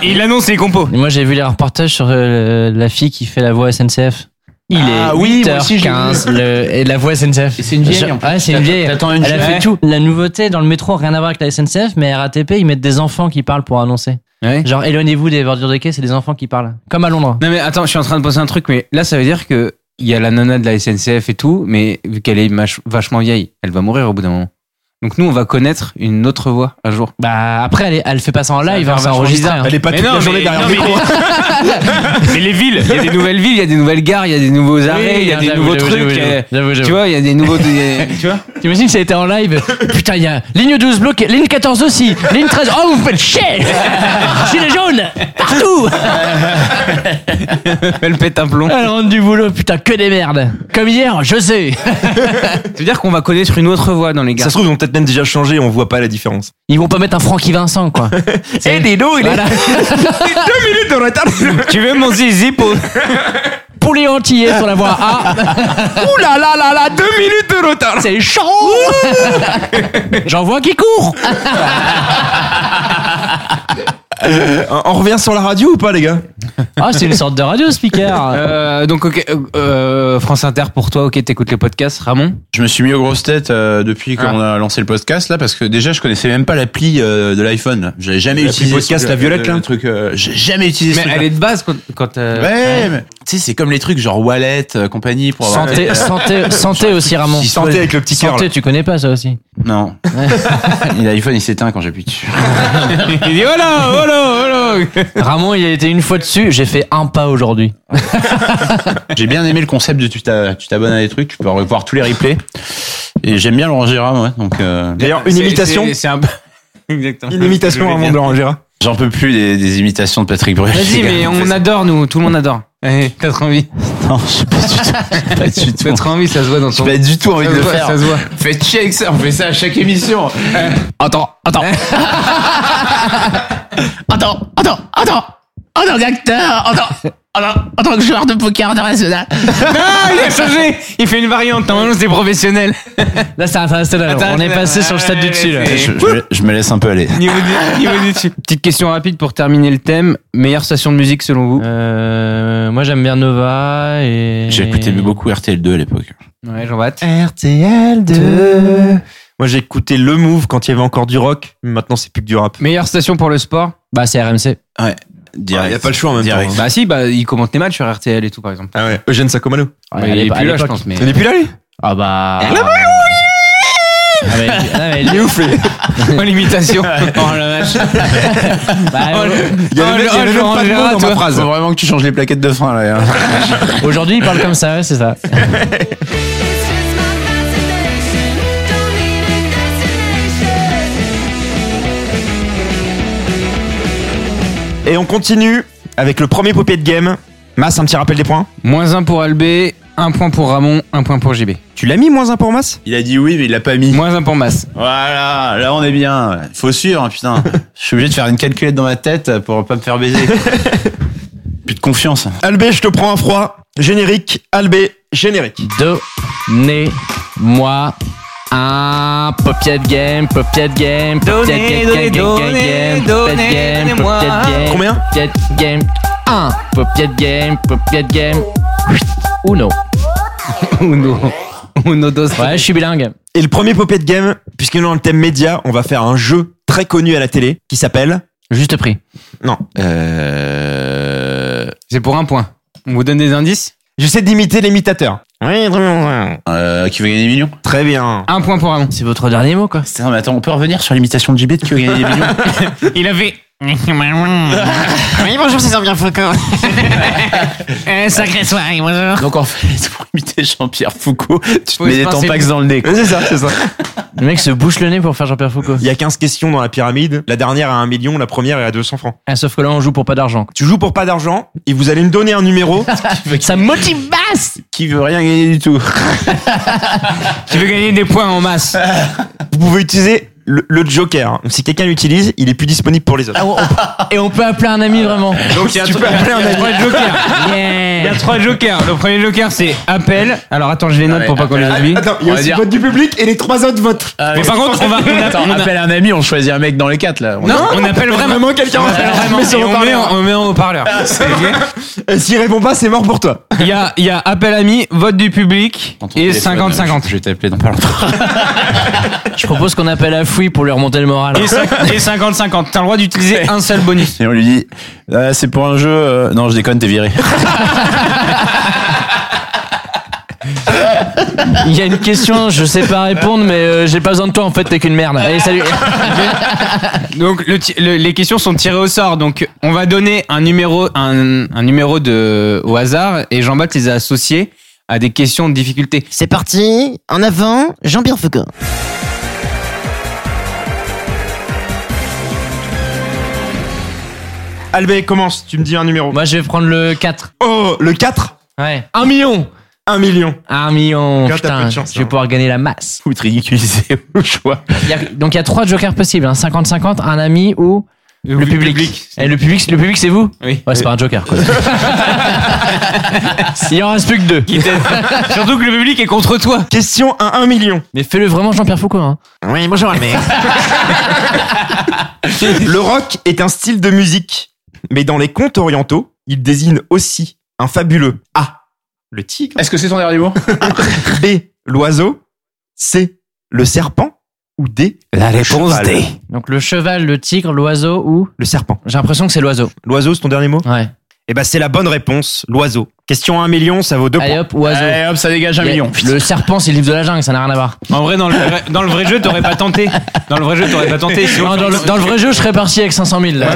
Speaker 2: Il annonce les compos.
Speaker 5: Moi, j'ai vu les reportages sur euh, la fille qui fait la voix SNCF. Il
Speaker 3: Ah
Speaker 5: est
Speaker 3: oui, moi aussi, je l'ai
Speaker 5: 8h15 le- et la voix SNCF.
Speaker 3: c'est une vieille,
Speaker 5: Genre-
Speaker 3: en plus.
Speaker 5: Ouais, c'est une vieille.
Speaker 3: T'attends une
Speaker 5: elle a
Speaker 3: vieille.
Speaker 5: fait tout. La nouveauté dans le métro, rien à voir avec la SNCF, mais RATP, ils mettent des enfants qui parlent pour annoncer.
Speaker 2: Ouais.
Speaker 5: Genre, éloignez-vous des bordures de quai, c'est des enfants qui parlent. Comme à Londres.
Speaker 2: Non mais attends, je suis en train de penser un truc, mais là ça veut dire que il y a la nana de la SNCF et tout, mais vu qu'elle est mach- vachement vieille, elle va mourir au bout d'un moment. Donc nous on va connaître une autre voix un jour.
Speaker 5: Bah, après, elle, est- elle fait pas ça en
Speaker 2: va
Speaker 5: live,
Speaker 2: faire
Speaker 5: hein, c'est
Speaker 2: vachement
Speaker 5: enregistré.
Speaker 2: bizarre.
Speaker 5: hein.
Speaker 1: Elle est pas
Speaker 2: Mais
Speaker 1: toute
Speaker 2: non,
Speaker 1: la
Speaker 2: mais-
Speaker 1: journée derrière
Speaker 2: non,
Speaker 1: le
Speaker 2: mais-
Speaker 1: micro.
Speaker 2: Mais les villes, il y a des nouvelles villes, il y a des nouvelles gares, il y a des nouveaux arrêts, il y a
Speaker 5: hein,
Speaker 2: des
Speaker 5: j'avoue,
Speaker 2: nouveaux
Speaker 5: j'avoue,
Speaker 2: trucs.
Speaker 5: j'avoue,
Speaker 2: euh,
Speaker 5: j'avoue, j'avoue.
Speaker 2: Tu vois, il y a des nouveaux. Tu vois
Speaker 5: T'imagines si ça était en live Putain, il y a ligne 12 bloquée, ligne 14 aussi, ligne 13. Oh, vous faites chier Gilet jaune Partout
Speaker 2: Elle pète un plomb.
Speaker 5: Elle rentre du boulot, putain, que des merdes Comme hier, je sais
Speaker 2: Ça veut dire qu'on va connaître une autre voix dans les
Speaker 1: Ça
Speaker 2: gares.
Speaker 1: se trouve, ils ont peut-être même déjà changé, on voit pas la différence.
Speaker 5: Ils vont pas mettre un Francky Vincent, quoi. Et des dos, il
Speaker 1: Deux minutes de retard
Speaker 2: Tu veux mon zizi pour.
Speaker 5: Pour les Antillais sur la voie A,
Speaker 1: Ouh là là là là, deux minutes de retard
Speaker 5: c'est chaud J'en vois qui court
Speaker 1: Euh, On revient sur la radio ou pas, les gars
Speaker 5: Ah, c'est une sorte de radio, speaker
Speaker 2: Euh, donc, ok, euh, euh, France Inter pour toi, ok, t'écoutes les podcasts, Ramon.
Speaker 3: Je me suis mis aux grosses têtes euh, depuis qu'on a lancé le podcast là parce que déjà je connaissais même pas l'appli euh, de l'iPhone. J'avais jamais
Speaker 1: L'appli
Speaker 3: utilisé
Speaker 1: podcast,
Speaker 3: ce-
Speaker 1: la violette,
Speaker 3: le-
Speaker 1: là
Speaker 3: le truc. euh, J'ai jamais utilisé. ce
Speaker 2: Mais elle
Speaker 3: truc-là.
Speaker 2: est de base quand. quand, euh,
Speaker 3: Ouais, mais tu sais c'est comme les trucs genre wallet euh, compagnie pour avoir.
Speaker 5: Santé, santé, santé aussi, Ramon.
Speaker 1: Ils sentaient avec le petit cœur.
Speaker 5: Santé, tu connais pas ça aussi.
Speaker 3: Non. Et L'iPhone il s'éteint quand j'appuie dessus.
Speaker 2: Il dit oh là, oh là, oh là.
Speaker 5: Ramon, il a été une fois dessus, j'ai fait un pas aujourd'hui.
Speaker 3: J'ai bien aimé le concept de tu t'a- tu t'abonnes à des trucs, tu peux revoir tous les replays. Et j'aime bien Laurent Gérard, moi. Donc euh,
Speaker 1: D'ailleurs, une
Speaker 2: C'est-
Speaker 1: imitation,
Speaker 2: c'est- C'est un peu. Exactement.
Speaker 1: une imitation
Speaker 2: Je
Speaker 1: à
Speaker 2: voulais
Speaker 1: mon
Speaker 2: dire.
Speaker 1: Laurent Gérard.
Speaker 3: j'en peux plus des, des imitations de Patrick Bruel.
Speaker 2: Vas-y, mais on adore, nous, tout le monde adore. Eh, T'as trop envie.
Speaker 3: Non, je sais pas du tout. Pas du tout.
Speaker 2: T'as trop envie, ça se voit dans
Speaker 3: J'ai
Speaker 2: ton.
Speaker 3: pas du tout
Speaker 2: Ça
Speaker 3: envie
Speaker 2: se
Speaker 3: de le
Speaker 2: voit,
Speaker 3: faire.
Speaker 2: ça se voit.
Speaker 3: Faites chier avec ça, on fait ça à chaque émission.
Speaker 5: Attends, attends.
Speaker 3: Attends, attends, attends. En tant qu'acteur, en tant, que joueur de poker international.
Speaker 2: Ah, il a changé Il fait une variante, normalement c'est professionnel.
Speaker 5: Là, c'est international. On est passé sur le stade du dessus, là.
Speaker 2: Ouais,
Speaker 3: Je, je me- je me laisse un peu aller.
Speaker 2: Niveau du- niveau du dessus. Petite question rapide pour terminer le thème. Meilleure station de musique selon vous
Speaker 5: Euh, moi, j'aime bien Nova et.
Speaker 3: J'ai écouté beaucoup RTL2 à l'époque.
Speaker 2: Ouais, jean batte
Speaker 1: RTL2. Moi, j'ai écouté Le Move quand il y avait encore du rock. mais Maintenant, c'est plus que du rap.
Speaker 2: Meilleure station pour le sport
Speaker 5: Bah, c'est RMC.
Speaker 1: Il
Speaker 3: Direct.
Speaker 1: Ah, y a pas le choix en même
Speaker 3: Direct.
Speaker 1: temps.
Speaker 2: Bah si, bah ils commentent les matchs sur RTL et tout par exemple.
Speaker 1: Ah ouais, Eugène Sacomano.
Speaker 2: Mais il hein. est plus là, je pense. Mais...
Speaker 1: Il est plus là, lui
Speaker 5: Ah bah. Ah, mais- ah, mais-
Speaker 1: Il est ouf, lui.
Speaker 2: Oh l'imitation. oh la vache.
Speaker 1: Il y
Speaker 5: bah,
Speaker 1: a
Speaker 2: Oh,
Speaker 1: le mec-
Speaker 2: le-
Speaker 1: il y
Speaker 2: oh,
Speaker 1: a le
Speaker 2: le
Speaker 1: même
Speaker 2: Laurent
Speaker 1: pas de
Speaker 2: Gérard,
Speaker 1: mots dans ma
Speaker 2: toi.
Speaker 1: phrase.
Speaker 3: Faut vraiment que tu changes les plaquettes de frein là. hein.
Speaker 5: Aujourd'hui, il parle comme ça, ouais, c'est ça.
Speaker 1: Et on continue avec le premier popier de game. Mass, un petit rappel des points.
Speaker 2: Moins un pour Albé, un point pour Ramon, un point pour JB.
Speaker 1: Tu l'as mis moins un pour Mass
Speaker 3: Il a dit oui, mais il l'a pas mis.
Speaker 2: Moins un pour Mass.
Speaker 3: Voilà, là on est bien. Faut sûr, hein, putain. Je suis obligé de faire une calculette dans ma tête pour pas me faire baiser. Plus de confiance.
Speaker 1: Albé, je te prends un froid. Générique. Albé, générique.
Speaker 5: Donnez-moi un popier de game, popier de game,
Speaker 2: Donnez, donnez,
Speaker 5: popier de game,
Speaker 2: donnez,
Speaker 5: game, game,
Speaker 2: donnez,
Speaker 5: game, popier de game,
Speaker 2: donnez-moi.
Speaker 5: popier de game.
Speaker 1: Combien
Speaker 5: Popier de game. Un popier de game, popier de game. Uno.
Speaker 2: Uno. Uno dos.
Speaker 5: Ouais, je suis bilingue.
Speaker 1: Et le premier popier de game, puisqu'il est dans le thème média, on va faire un jeu très connu à la télé qui s'appelle
Speaker 5: Juste prix.
Speaker 3: Euh...
Speaker 2: C'est pour un point. On vous donne des indices
Speaker 1: J'essaie d'imiter l'imitateur. Oui, très bien.
Speaker 3: euh, qui veut gagner des millions
Speaker 1: Très bien.
Speaker 2: Un point pour Amon.
Speaker 5: C'est votre dernier mot, quoi.
Speaker 3: Non, mais attends, on peut revenir sur l'imitation de JB de qui veut gagner des millions
Speaker 2: Il avait. oui, bonjour, c'est Jean-Pierre Foucault. Euh, sacré soirée, bonjour.
Speaker 3: Donc en fait, pour imiter Jean-Pierre Foucault, tu te
Speaker 2: Faut
Speaker 3: mets
Speaker 2: se
Speaker 3: des
Speaker 2: pincer le
Speaker 3: tampax
Speaker 2: cul.
Speaker 3: dans le nez. quoi.
Speaker 1: C'est ça, c'est ça.
Speaker 5: Le mec se bouche le nez pour faire Jean-Pierre Foucault.
Speaker 1: Il y a 15 questions dans la pyramide. La dernière à 1 million, la première est à 200 francs.
Speaker 5: Ah, sauf que là, on joue pour pas d'argent.
Speaker 1: Tu joues pour pas d'argent et vous allez me donner un numéro.
Speaker 5: Ça motive basse
Speaker 3: Qui veut rien gagner du tout
Speaker 2: Qui veut gagner des points en masse
Speaker 1: vous pouvez utiliser le, le joker. Donc, si quelqu'un l'utilise, il est plus disponible pour les autres.
Speaker 5: Et on peut appeler un ami vraiment.
Speaker 1: Donc tu peux appeler un
Speaker 2: Il
Speaker 1: ami.
Speaker 2: y a trois jokers. Il y a trois jokers. Le premier joker, c'est appel. Alors attends, je les note
Speaker 3: Allez,
Speaker 2: pour pas qu'on les oublie.
Speaker 1: Attends, il
Speaker 3: On va dire-
Speaker 1: vote du public et les trois autres votent.
Speaker 2: Mais par contre, on va. on a-
Speaker 3: Attends,
Speaker 2: on a-
Speaker 3: appelle un ami, on choisit un mec dans les quatre là. On-
Speaker 2: Non, on appelle vraiment.
Speaker 1: Vraiment quelqu'un.
Speaker 2: On appelle vraiment.
Speaker 1: Mais sur
Speaker 2: Et
Speaker 1: le
Speaker 2: on, met, en- on met en haut-parleur. Ok.
Speaker 1: Et S'il répond pas, c'est mort pour toi.
Speaker 2: Il y a, il y a appel ami, vote du public
Speaker 3: Dans ton
Speaker 2: et
Speaker 3: téléphone, Je
Speaker 2: 50-50.
Speaker 3: je vais t'appeler dans pas longtemps.
Speaker 5: Je propose qu'on appelle à Fouille pour lui remonter le moral.
Speaker 2: Et cinq- et 50-50. T'as le droit d'utiliser un seul bonus.
Speaker 3: Et on lui dit, Euh, c'est pour un jeu. euh, Non, je déconne, t'es viré.
Speaker 5: Il y a une question, je sais pas répondre, mais euh, j'ai pas besoin de toi en fait, t'es qu'une merde. Allez, salut.
Speaker 2: Donc le ti- le- les questions sont tirées au sort. Donc on va donner un numéro, un, un numéro de au hasard et Jean-Baptiste les a associés à des questions de difficulté.
Speaker 13: C'est parti, en avant, Jean-Pierre Foucault.
Speaker 1: Albé, commence. Tu me dis un numéro.
Speaker 5: Moi, je vais prendre le 4.
Speaker 1: Oh, le 4
Speaker 5: Ouais. Un million
Speaker 1: 1 million.
Speaker 5: Un million.
Speaker 1: Quand t'as peu
Speaker 5: Putain,
Speaker 1: de chance,
Speaker 5: je vais
Speaker 1: hein.
Speaker 5: pouvoir gagner la masse.
Speaker 3: Vous te ridiculisez au choix.
Speaker 5: Il y a- donc, il y a trois jokers possibles hein. 50-50, un ami ou le public. Et le public, le public c'est vous
Speaker 2: Oui.
Speaker 5: Ouais, c'est pas un joker quoi. il en reste plus que deux.
Speaker 2: Qui t'aide. Surtout que le public est contre toi.
Speaker 1: Question à 1 million.
Speaker 5: Mais fais-le vraiment Jean-Pierre Foucault. Hein.
Speaker 13: Oui, bonjour Albert.
Speaker 1: Le rock est un style de musique, mais dans les contes orientaux, il désigne aussi un fabuleux A, le tigre,
Speaker 3: Est-ce que c'est ton dernier mot
Speaker 1: B, l'oiseau, C, le serpent ou D,
Speaker 3: La
Speaker 1: réponse D.
Speaker 5: Donc, le cheval, le tigre, l'oiseau ou.
Speaker 1: le serpent.
Speaker 5: J'ai l'impression que c'est l'oiseau.
Speaker 1: L'oiseau, c'est ton dernier mot
Speaker 5: Ouais.
Speaker 1: Eh ben, c'est la bonne réponse, l'oiseau. Question à 1 million, ça vaut 2
Speaker 5: Allez
Speaker 1: points.
Speaker 5: hop, oiseau.
Speaker 3: Allez hop, ça dégage un
Speaker 5: Il y a-
Speaker 3: million.
Speaker 5: Le serpent, c'est le livre de la jungle, ça n'a rien à voir.
Speaker 2: En vrai, dans le vrai, dans le vrai jeu, t'aurais pas tenté. Dans le vrai jeu, t'aurais pas tenté. Sinon,
Speaker 5: Non, dans, le, dans le vrai jeu, je serais parti avec 500 000. là.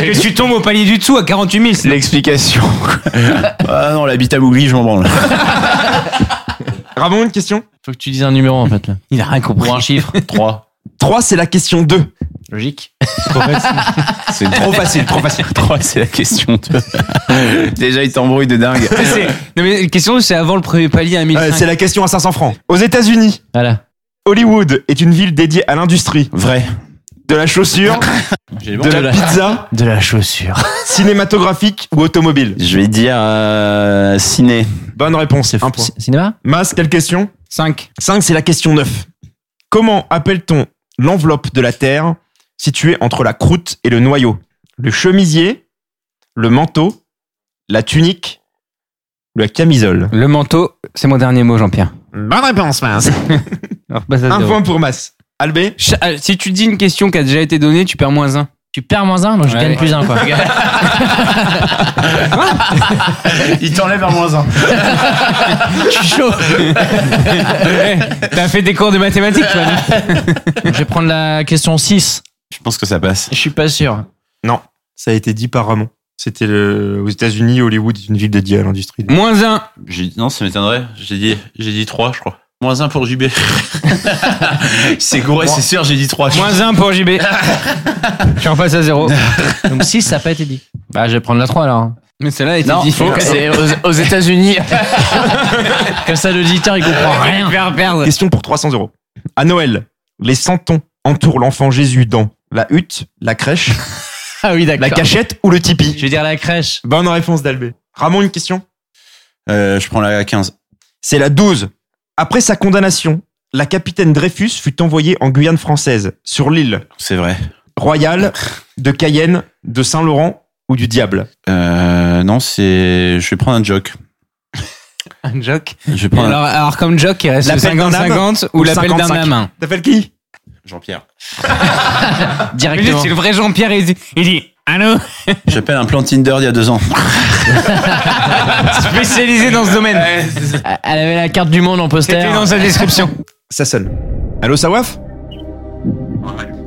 Speaker 2: que tu tombes au palier du dessous à 48 000. c'est-
Speaker 3: L'explication. ah non, l'habitat Bougli, je m'en branle.
Speaker 1: Ramon, une question
Speaker 5: Faut que tu dises un numéro en fait. Là.
Speaker 2: Il a rien compris.
Speaker 5: Pour un chiffre.
Speaker 3: 3.
Speaker 1: 3, c'est la question 2.
Speaker 5: Logique.
Speaker 3: C'est
Speaker 1: Trop facile, trop facile.
Speaker 3: 3, c'est la question. de- Déjà, il t'embrouille de dingue.
Speaker 2: C'est- Non, mais la question, c'est avant le premier palier à 1000.
Speaker 1: Ouais, c'est la question à 500 francs. Aux États-Unis,
Speaker 5: Voilà.
Speaker 1: Hollywood est une ville dédiée à l'industrie
Speaker 3: Vrai.
Speaker 1: de la chaussure,
Speaker 3: J'ai
Speaker 1: Ah de la pizza,
Speaker 5: De la chaussure.
Speaker 1: cinématographique ou automobile.
Speaker 3: Je vais dire euh, ciné.
Speaker 1: Bonne réponse, c'est
Speaker 5: Cin- Cinéma
Speaker 1: Mas, quelle question
Speaker 2: 5.
Speaker 1: 5, c'est la question 9. Comment appelle-t-on l'enveloppe de la Terre située entre la croûte et le noyau Le chemisier, le manteau, la tunique, la camisole.
Speaker 2: Le manteau, c'est mon dernier mot, Jean-Pierre.
Speaker 13: Bonne réponse, Mince.
Speaker 2: Alors, passe à
Speaker 1: Un
Speaker 2: zéro.
Speaker 1: point pour Mas. Albé
Speaker 2: Cha- euh, Si tu dis une question qui a déjà été donnée, tu perds moins 1.
Speaker 5: Tu perds moins un, donc je
Speaker 2: Ouais.
Speaker 5: gagne plus un quoi.
Speaker 3: Il t'enlève un moins 1.
Speaker 5: Je suis chaud.
Speaker 2: T'as fait des cours de mathématiques, toi, non
Speaker 5: Je vais prendre la question 6.
Speaker 3: Je pense que ça passe.
Speaker 5: Je suis pas sûr.
Speaker 1: Ça a été dit par Ramon. C'était le- aux États-Unis, Hollywood est une ville dédiée à l'industrie.
Speaker 2: Moins 1.
Speaker 3: J'ai- Non, ça m'étonnerait. J'ai dit, j'ai dit 3, je crois. Moins 1 pour JB. c'est gouré, c'est sûr, j'ai dit 3.
Speaker 2: Moins 1 pour JB. Je suis en face à 0.
Speaker 5: Donc 6, ça n'a pas été dit. Bah, je vais prendre la 3 alors.
Speaker 2: Mais celle-là était
Speaker 3: Non,
Speaker 2: difficile.
Speaker 3: faut-
Speaker 5: C'est aux, États-Unis. Comme ça, l'auditeur, il comprend rien.
Speaker 2: Faire perdre.
Speaker 1: Question pour 300 euros. À Noël, les santons entourent l'enfant Jésus dans la hutte, la crèche,
Speaker 5: Ah oui, d'accord.
Speaker 1: la cachette ou le tipi
Speaker 5: Je vais dire la crèche.
Speaker 1: Bonne réponse d'Albé. Ramon, une question
Speaker 3: Euh, je prends la 15.
Speaker 1: C'est la 12. Après sa condamnation, la capitaine Dreyfus fut envoyée en Guyane française, sur l'île
Speaker 3: C'est vrai.
Speaker 1: royale de Cayenne, de Saint-Laurent ou du Diable.
Speaker 3: Euh, non, c'est. Je vais prendre un joke.
Speaker 2: Un joke.
Speaker 3: Je vais prendre un-
Speaker 2: Alors, alors, comme joke, il reste le
Speaker 1: L'appel d'un
Speaker 2: 50-50 ou
Speaker 1: ou
Speaker 2: l'appel d'un
Speaker 1: 55.
Speaker 2: âme.
Speaker 1: T'appelles qui
Speaker 3: Jean-Pierre.
Speaker 2: Mais lui,
Speaker 5: Directement.
Speaker 2: C'est le vrai Jean-Pierre, il dit, il dit Allô
Speaker 3: J'appelle un plan Tinder d'il y a deux ans.
Speaker 2: Spécialisé dans ce domaine.
Speaker 5: Elle avait la carte du monde en poster.
Speaker 1: C'était dans sa description. Ça sonne. Allô, Sawaf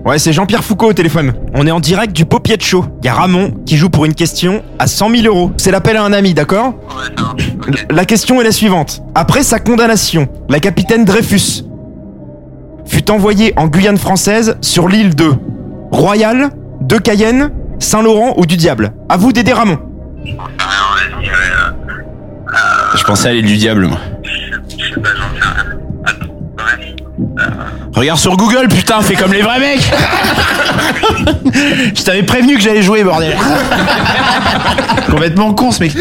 Speaker 1: Ouais, c'est Jean-Pierre Foucault au téléphone. On est en direct du Popier de Show. Il y a Ramon qui joue pour une question à 100 000 euros. C'est l'appel à un ami, d'accord La question est la suivante. Après sa condamnation, la capitaine Dreyfus fut envoyée en Guyane française sur l'île de Royal, de Cayenne, Saint-Laurent ou du Diable. À vous d'aider Ramon.
Speaker 3: Je pensais à l'île du diable, moi. Regarde sur Google, putain, fais comme les vrais mecs Je t'avais prévenu que j'allais jouer, bordel Complètement con, ce mec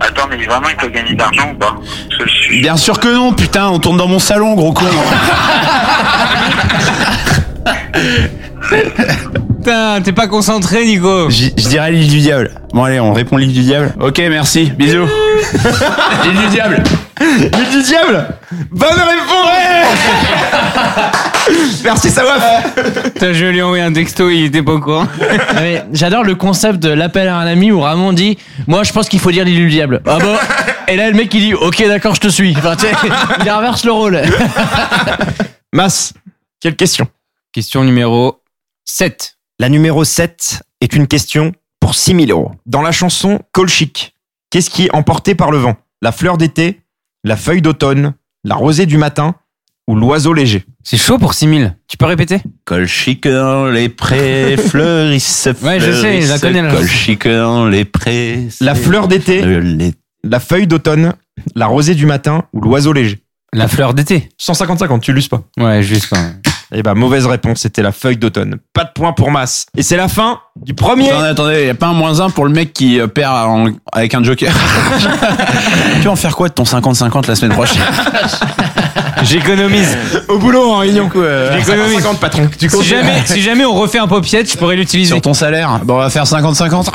Speaker 14: Attends, mais vraiment, il peut gagner de l'argent ou pas
Speaker 3: Bien sûr que non, putain, on tourne dans mon salon, gros con
Speaker 2: Putain, t'es pas concentré, Nico.
Speaker 3: Je dirais l'île du diable. Bon, allez, on répond l'île du diable. Ok, merci, bisous L'île du diable
Speaker 1: L'île du diable Bonne réponse Merci, Sawaf
Speaker 2: Putain, je lui ai envoyé un texto, il était pas au courant.
Speaker 5: Non, Ah, mais J'adore le concept de l'appel à un ami où Ramon dit Moi je pense qu'il faut dire l'île du diable. Ah bon Et là le mec il dit Ok d'accord je te suis. Enfin, tu sais, il inverse le rôle.
Speaker 1: Mas, quelle question
Speaker 2: Question numéro 7.
Speaker 1: La numéro 7 est une question pour 6000 euros. Dans la chanson Colchic, qu'est-ce qui est emporté par le vent La fleur d'été, la feuille d'automne, la rosée du matin ou l'oiseau léger
Speaker 2: C'est chaud pour 6000. Tu peux répéter
Speaker 3: Colchique dans les prés fleurissent.
Speaker 2: Ouais, je sais, je la
Speaker 3: fleurissent,
Speaker 2: connais, la chanson.
Speaker 3: Colchique dans les prés.
Speaker 1: La fleur d'été,
Speaker 3: d'été.
Speaker 1: la feuille d'automne, la rosée du matin ou l'oiseau léger
Speaker 2: La fleur d'été.
Speaker 1: 150-50, tu l'uses pas.
Speaker 2: Ouais, juste.
Speaker 1: Eh bah, mauvaise réponse, c'était la feuille d'automne. Pas de point pour masse. Et c'est la fin du premier.
Speaker 3: Attendez, attendez, y a pas un moins un pour le mec qui euh, perd en- avec un joker. tu vas en faire quoi de ton 50-50 la semaine prochaine
Speaker 2: J'économise.
Speaker 1: Au boulot en réunion.
Speaker 2: J'économise.
Speaker 1: 50 euh, patron. Tu
Speaker 2: Si
Speaker 1: comptes-
Speaker 2: jamais, si jamais on refait un popiette, je pourrais l'utiliser.
Speaker 3: Sur ton salaire Bon, on va faire 50-50.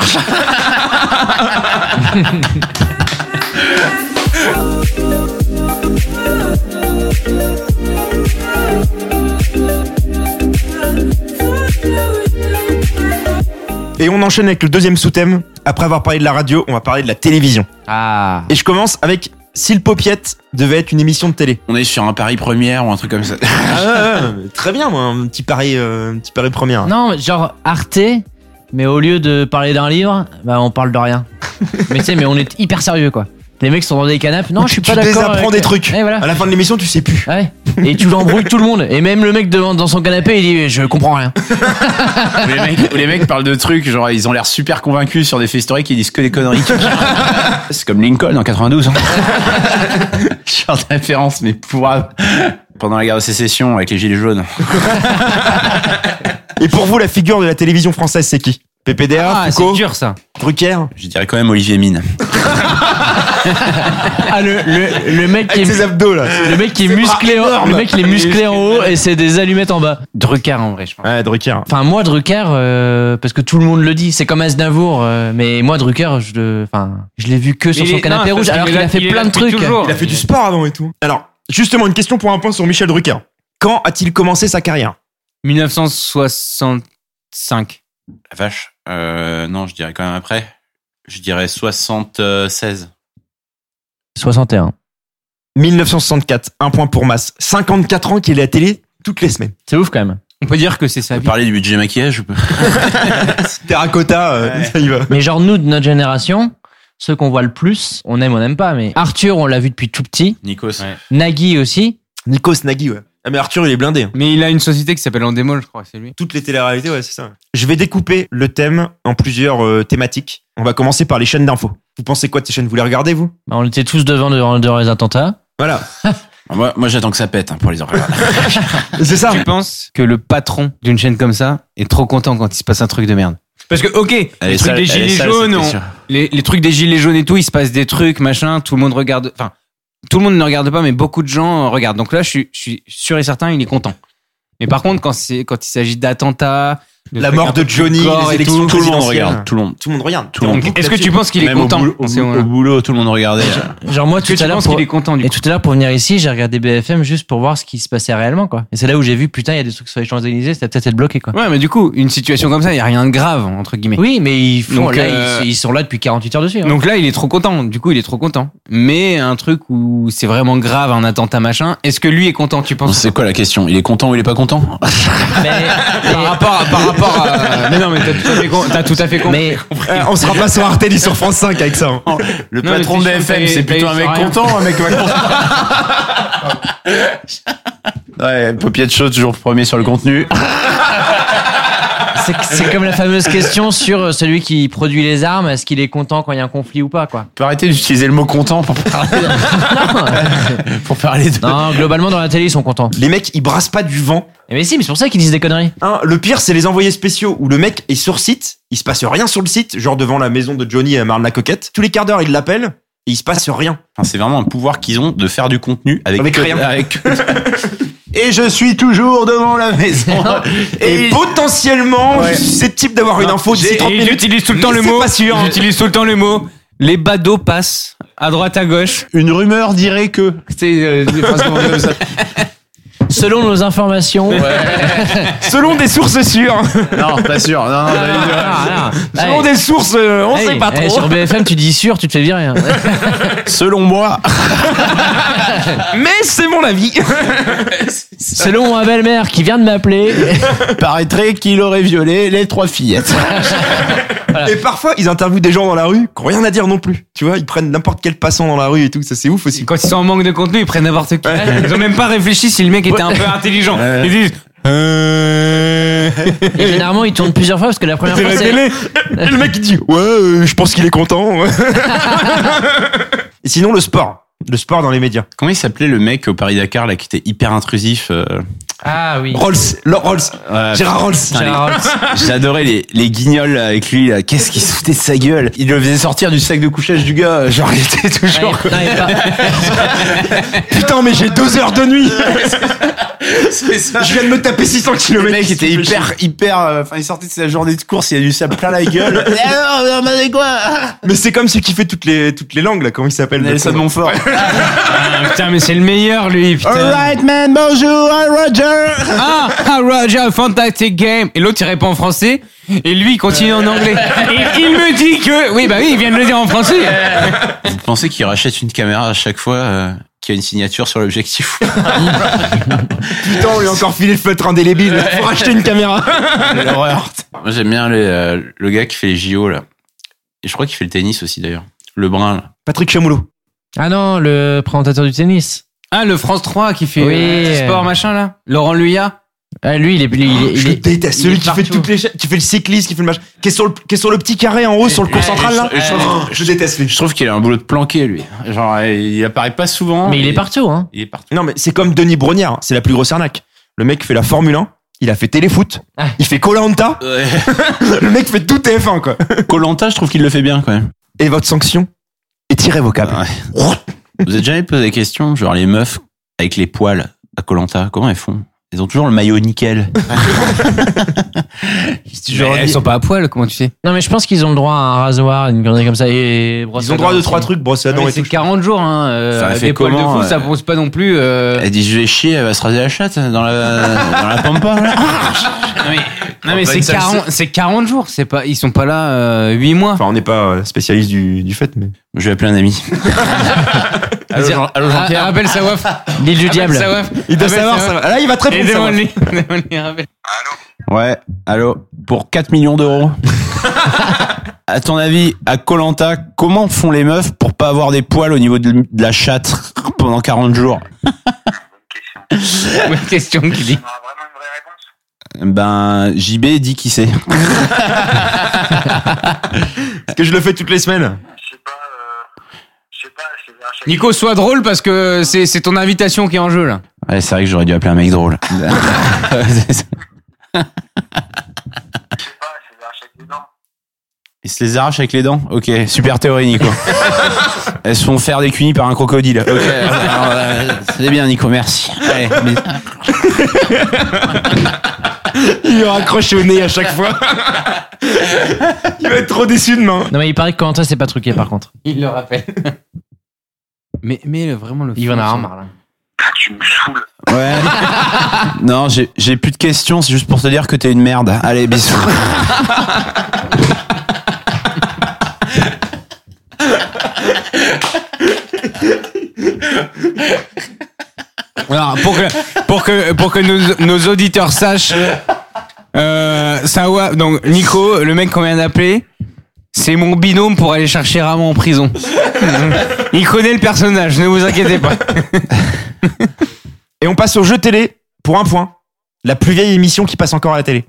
Speaker 1: Et on enchaîne avec le deuxième sous-thème. Après avoir parlé de la radio, on va parler de la télévision.
Speaker 2: Ah.
Speaker 1: Et je commence avec si le Popiette devait être une émission de télé.
Speaker 3: On est sur un Paris première ou un truc comme ça.
Speaker 1: Ah, très bien, moi, un petit pari, euh, un petit pari première.
Speaker 5: Non genre Arte, mais au lieu de parler d'un livre, bah on parle de rien. mais tu sais, mais on est hyper sérieux quoi. Les mecs sont dans des canapes. Non, je suis
Speaker 1: tu
Speaker 5: pas d'accord.
Speaker 1: désapprends
Speaker 5: avec-
Speaker 1: des trucs.
Speaker 5: Ouais, voilà.
Speaker 1: À la fin de l'émission, tu sais plus.
Speaker 5: Ouais. Et tu l'embrouilles tout le monde. Et même le mec devant dans son canapé, il dit Je comprends rien.
Speaker 3: où, les mecs, où les mecs parlent de trucs, genre ils ont l'air super convaincus sur des faits historiques, ils disent que des conneries. C'est comme Lincoln en 92. Hein. genre de référence, mais pourra Pendant la guerre de sécession avec les gilets jaunes.
Speaker 1: Et pour vous, la figure de la télévision française, c'est qui PPDA,
Speaker 2: Ah, c'est
Speaker 1: Foucault,
Speaker 2: dur ça.
Speaker 1: Drucker
Speaker 3: Je dirais quand même Olivier Mine.
Speaker 5: Ah, le, le, le mec qui
Speaker 1: Avec ses
Speaker 5: est,
Speaker 1: abdos, là.
Speaker 5: le mec qui est
Speaker 1: ses bras
Speaker 5: musclé en,
Speaker 1: énormes.
Speaker 5: le mec il est musclé en haut et c'est des allumettes en bas.
Speaker 2: Drucker en vrai, je pense.
Speaker 1: Ouais, Drucker.
Speaker 5: Enfin, moi, Drucker, euh, parce que tout le monde le dit, c'est comme Aznavour, euh, mais moi, Drucker, je, le- enfin, je l'ai vu que sur
Speaker 2: Il
Speaker 5: son
Speaker 2: est-
Speaker 5: canapé
Speaker 2: non,
Speaker 5: rouge,
Speaker 2: parce
Speaker 5: alors
Speaker 2: qu'il
Speaker 5: qu'il
Speaker 2: est là-
Speaker 5: a fait
Speaker 2: il est
Speaker 5: plein
Speaker 2: là
Speaker 5: de
Speaker 2: depuis
Speaker 5: trucs.
Speaker 2: toujours.
Speaker 1: Il a fait du sport avant et tout. Alors, justement, une question pour un point sur Michel Drucker. Quand a-t-il commencé sa carrière
Speaker 2: 1965.
Speaker 3: La vache. Euh, non, je dirais quand même après. Je dirais 76.
Speaker 5: 61.
Speaker 1: 1964, un point pour Mass. 54 ans qu'il est à la télé toutes les semaines.
Speaker 5: C'est ouf quand même.
Speaker 2: On peut dire que c'est sa
Speaker 3: On peut
Speaker 2: vie.
Speaker 3: parler du budget maquillage ou pas
Speaker 1: Terracotta, euh, ça y va.
Speaker 5: Mais genre, nous, de notre génération, ceux qu'on voit le plus, on aime, on n'aime pas, mais Arthur, on l'a vu depuis tout petit.
Speaker 3: Nikos.
Speaker 2: Ouais.
Speaker 5: Nagui aussi.
Speaker 1: Nico Snaggy, ouais. Ah, mais Arthur, il est blindé.
Speaker 2: Mais il a une société qui s'appelle Endemol, je crois, c'est lui.
Speaker 1: Toutes les téléréalités, ouais, c'est ça. Je vais découper le thème en plusieurs euh, thématiques. On va commencer par les chaînes d'infos. Vous pensez quoi de ces chaînes Vous les regardez, vous
Speaker 5: Bah, on était tous devant devant devant les attentats.
Speaker 1: Voilà.
Speaker 3: Ah, Moi, moi j'attends que ça pète hein, pour les horaires.
Speaker 1: C'est ça.
Speaker 2: Tu penses que le patron d'une chaîne comme ça est trop content quand il se passe un truc de merde Parce que, ok,
Speaker 3: Elle
Speaker 2: les
Speaker 3: est
Speaker 2: trucs
Speaker 3: sale,
Speaker 2: des
Speaker 3: elle est
Speaker 2: gilets
Speaker 3: sale,
Speaker 2: jaunes,
Speaker 3: cette
Speaker 2: on-
Speaker 3: question.
Speaker 2: les, les trucs des gilets jaunes et tout, il se passe des trucs, machin, tout le monde regarde. Enfin, tout le monde ne regarde pas, mais beaucoup de gens euh, regardent. Donc là, je suis, je suis sûr et certain, il est content. Mais par contre, quand, c'est- quand il s'agit d'attentats, Le
Speaker 1: la
Speaker 2: truc
Speaker 1: mort
Speaker 2: un peu
Speaker 1: de
Speaker 2: plus
Speaker 1: Johnny, les
Speaker 2: gore et tout.
Speaker 1: élections
Speaker 3: Tout le monde
Speaker 1: présidentielles.
Speaker 3: regarde. Tout le monde.
Speaker 1: Tout le monde regarde.
Speaker 3: Tout le monde.
Speaker 2: Est-ce que tu penses qu'il est
Speaker 3: Même au
Speaker 2: content
Speaker 3: boulot- Au
Speaker 2: C'est-
Speaker 3: boulot, au boulot, tout le monde regardait.
Speaker 5: Genre moi
Speaker 2: Est-ce que
Speaker 5: tout
Speaker 2: tu
Speaker 5: à l'heure
Speaker 2: penses
Speaker 5: pour...
Speaker 2: qu'il est content, du
Speaker 5: et tout à l'heure pour venir ici, j'ai regardé BFM juste pour voir ce qui se passait réellement quoi. Et c'est là où j'ai vu putain, il y a des trucs sur les Champs-Élysées, ça va peut-être être bloqué quoi.
Speaker 2: Ouais, mais du coup, une situation comme ça, il y a rien de grave entre guillemets.
Speaker 5: Oui, mais ils font
Speaker 2: Donc,
Speaker 5: là,
Speaker 2: euh,
Speaker 5: ils, ils sont là depuis 48 heures dessus. hein.
Speaker 2: Donc là, il est trop content. Du coup, il est trop content. Mais un truc où c'est vraiment grave, un attentat machin. Est-ce que lui est content Tu penses
Speaker 3: C'est Ah, quoi la question Il est content ou il est pas content
Speaker 2: par rapport, à, par rapport à. euh, Mais non, mais t'as tout à fait, com- t'as tout à fait compris.
Speaker 5: Mais
Speaker 1: Euh, on sera pas sur Arte ni sur France 5 avec ça. hein.
Speaker 3: Le
Speaker 2: Non, mais
Speaker 3: patron de
Speaker 2: t'es sûr,
Speaker 3: FM,
Speaker 2: t'as-
Speaker 3: c'est plutôt
Speaker 2: t'as
Speaker 3: un
Speaker 2: eu
Speaker 3: mec
Speaker 2: sur rien.
Speaker 3: content, un mec pas content. Ouais, Popiette Chaud, toujours premier sur le contenu.
Speaker 5: C'est, c'est comme la fameuse question sur euh, celui qui produit les armes, est-ce qu'il est content quand il y a un conflit ou pas quoi.
Speaker 3: Tu peux arrêter d'utiliser le mot content pour parler, pour parler de.
Speaker 5: Non, globalement dans la télé ils sont contents. Eh
Speaker 1: Les mecs, ils brassent pas du vent.
Speaker 5: Mais si, mais c'est pour ça qu'ils disent des conneries.
Speaker 1: Hein, le pire, c'est les envoyés spéciaux où le mec est sur site, il se passe rien sur le site, genre devant la maison de Johnny à Marne-la-Coquette. Tous les quarts d'heure, il l'appelle et il se passe rien.
Speaker 3: Enfin, c'est vraiment un pouvoir qu'ils ont de faire du contenu avec,
Speaker 1: Avec
Speaker 3: que-
Speaker 1: rien.
Speaker 3: avec- Et je suis toujours devant la maison.
Speaker 1: Et,
Speaker 3: Et
Speaker 1: potentiellement,
Speaker 3: Ouais.
Speaker 1: susceptible d'avoir une info d'ici 30 minutes.
Speaker 2: J'utilise tout le temps
Speaker 1: Mais
Speaker 2: le
Speaker 1: c'est
Speaker 2: mot.
Speaker 1: pas sûr. hein.
Speaker 2: J'utilise tout le temps le mot. Les badauds passent à droite à gauche.
Speaker 3: une rumeur dirait que.
Speaker 2: C'est euh, des phrases comme ça.
Speaker 5: Selon nos informations.
Speaker 1: Selon des sources sûres.
Speaker 3: Non, pas sûr. Non, non,
Speaker 5: Ah, ah, ah.
Speaker 1: Selon
Speaker 5: Hey,
Speaker 1: des sources, euh, on
Speaker 5: hey,
Speaker 1: sait pas
Speaker 5: hey,
Speaker 1: trop.
Speaker 5: Sur BFM, tu dis sûr, tu te fais virer. hein.
Speaker 3: Selon moi.
Speaker 1: Mais c'est mon avis.
Speaker 5: Selon ma belle-mère qui vient de m'appeler.
Speaker 3: paraîtrait qu'il aurait violé les trois fillettes.
Speaker 1: Et parfois, ils interviewent des gens dans la rue qui ont rien à dire non plus. Tu vois, ils prennent n'importe quel passant dans la rue et tout. Ça, c'est ouf aussi.
Speaker 2: Quand ils sont en manque de contenu, ils prennent n'importe qui. Ils ont même pas réfléchi si le mec était un peu intelligent. Ils disent. euh,
Speaker 5: Et généralement, ils tournent plusieurs fois parce que la première fois, c'est.
Speaker 1: Et le mec, il dit Ouais, euh, je pense qu'il est content. et sinon, le sport. Le sport dans les médias.
Speaker 3: Comment il s'appelait le mec au Paris-Dakar là qui était hyper intrusif euh,
Speaker 5: Ah oui.
Speaker 1: Rolls, Lord Rolls,
Speaker 3: ouais,
Speaker 1: Gérard Rolls.
Speaker 3: Ah, putain, les- J'adorais les, les guignols avec lui là. Qu'est-ce qu'il se foutait de sa gueule Il le faisait sortir du sac de couchage du gars. euh, Genre il était toujours.
Speaker 5: Ouais, non, et par-
Speaker 1: Putain, mais j'ai deux heures de nuit.
Speaker 3: C'est ça.
Speaker 1: Je viens de me taper 600 km.
Speaker 3: Le mec était hyper, hyper. euh, Enfin, il sortait de sa journée de course, il a du sable plein la gueule. Eh alors, vous en mangez quoi
Speaker 1: Mais c'est comme celui qui fait toutes les, toutes les langues, là. Comment il s'appelle le
Speaker 3: Nelson
Speaker 1: con, là
Speaker 3: Montfort.
Speaker 2: Ah, Putain, mais c'est le meilleur lui. Putain.
Speaker 3: Alright man, bonjour, I'm Roger.
Speaker 2: Ah, ah, Roger, fantastic game. Et l'autre, il répond en français. Et lui, il continue en anglais. Et il me dit que. Oui, bah oui, il vient de le dire en français.
Speaker 3: Vous pensez qu'il rachète une caméra à chaque fois euh, qui a une signature sur l'objectif
Speaker 1: Putain, on lui a encore filé le feutre indélébile pour acheter une caméra.
Speaker 3: L'horreur. Moi, j'aime bien les, euh, le gars qui fait les JO, là. Et je crois qu'il fait le tennis aussi, d'ailleurs. Le brun, là.
Speaker 1: Patrick Chamoulot.
Speaker 5: Ah non, le présentateur du tennis.
Speaker 2: Ah, le France 3 qui fait
Speaker 5: Oui.
Speaker 2: euh, sport machin là. Laurent Luya.
Speaker 5: Ah, lui, il est. il est- il est-
Speaker 1: Je le déteste.
Speaker 5: il
Speaker 1: Celui
Speaker 5: est
Speaker 1: qui fait
Speaker 5: partout.
Speaker 1: toutes les chaînes, qui fait le cycliste, qui fait le match, qui est sur le, qui est sur le petit carré en haut, sur le cours
Speaker 3: Et-
Speaker 1: central, là.
Speaker 3: et je- et je-
Speaker 1: Oh, Eh, Je déteste lui.
Speaker 3: Je trouve qu'il a un boulot de planqué, lui. Genre, euh, il apparaît pas souvent.
Speaker 5: Mais il
Speaker 3: et-
Speaker 5: est partout, hein.
Speaker 3: Il est partout.
Speaker 1: Non, mais c'est comme Denis Brognard. hein. C'est la plus grosse arnaque. Le mec fait la Formule 1. Il a fait téléfoot.
Speaker 5: Ah.
Speaker 1: Il fait Colanta. Le mec fait tout TF1, quoi.
Speaker 3: Colanta, je trouve qu'il le fait bien, quand même.
Speaker 1: Et votre sanction est irrévocable.
Speaker 3: Ah Vous êtes jamais posé la question, genre, les meufs avec les poils à Colanta, comment elles font Elles ont toujours le maillot nickel.
Speaker 2: Mais elles sont pas à poil, comment tu sais
Speaker 5: Non, mais je pense qu'ils ont le droit à un rasoir, une connerie comme ça. Et
Speaker 1: Ils ont droit de trois trucs, brosse à dents
Speaker 2: Ah, Mais
Speaker 1: et
Speaker 2: C'est
Speaker 1: tout.
Speaker 2: 40 jours, hein. euh,
Speaker 3: Ça a fait
Speaker 2: des poils de
Speaker 3: comment,
Speaker 2: fou,
Speaker 3: euh,
Speaker 2: ça pose pas non plus. euh,
Speaker 3: Elle dit, je vais chier, elle va se raser la chatte dans la, dans la pampa, là.
Speaker 2: Non mais, non, mais
Speaker 3: pas
Speaker 2: c'est
Speaker 3: une seule
Speaker 2: 40, c'est 40 jours, c'est pas, ils sont pas là euh, 8 mois.
Speaker 1: Enfin, on n'est pas euh, spécialiste du, du fait, mais.
Speaker 3: Je vais appeler un ami.
Speaker 2: Allô, Jean- allô, Jean-Pierre. Ah, Rappelle sa waf.
Speaker 5: L'île
Speaker 2: Ah,
Speaker 5: du diable.
Speaker 2: Sa waf.
Speaker 1: Il doit
Speaker 2: Rappelle
Speaker 1: savoir,
Speaker 2: sa
Speaker 1: ça
Speaker 2: waf.
Speaker 1: va. Là, il va très
Speaker 2: Et
Speaker 1: bien savoir.
Speaker 2: demande-lui. demande-lui, rappelle.
Speaker 3: Ouais, allô, pour 4 millions d'euros. à ton avis, à Colanta, comment font les meufs pour pas avoir des poils au niveau de, de la chatte pendant 40 jours
Speaker 2: Bonne question qu'il dit.
Speaker 3: Ben, JB dit qui c'est.
Speaker 1: Parce que je le fais toutes les semaines.
Speaker 14: euh,
Speaker 2: Nico, sois drôle parce que c'est, c'est ton invitation qui est en jeu là.
Speaker 3: Ouais, c'est vrai que j'aurais dû appeler un mec drôle. Ils se les arrachent avec les dents Ok, super théorie, Nico. Elles se font faire des cunis par un crocodile. Ok, alors, euh, c'est bien, Nico, merci. Allez, mais-
Speaker 1: Il le raccroche au nez à chaque fois. Il va être trop déçu demain.
Speaker 5: Non, mais il paraît que Corentin, c'est pas truqué par contre.
Speaker 2: Il le rappelle. mais, mais le- vraiment, le.
Speaker 5: Il va en avoir marre là.
Speaker 3: Ouais. non, j'ai- j'ai plus de questions, c'est juste pour te dire que t'es une merde. Allez, bisous.
Speaker 2: Alors, pour que, pour que, pour que nos, nos auditeurs sachent, euh, Sawa, donc Nico, le mec qu'on vient d'appeler, c'est mon binôme pour aller chercher Ramon en prison. Il connaît le personnage, ne vous inquiétez pas.
Speaker 1: Et on passe au jeu télé pour un point. La plus vieille émission qui passe encore à la télé.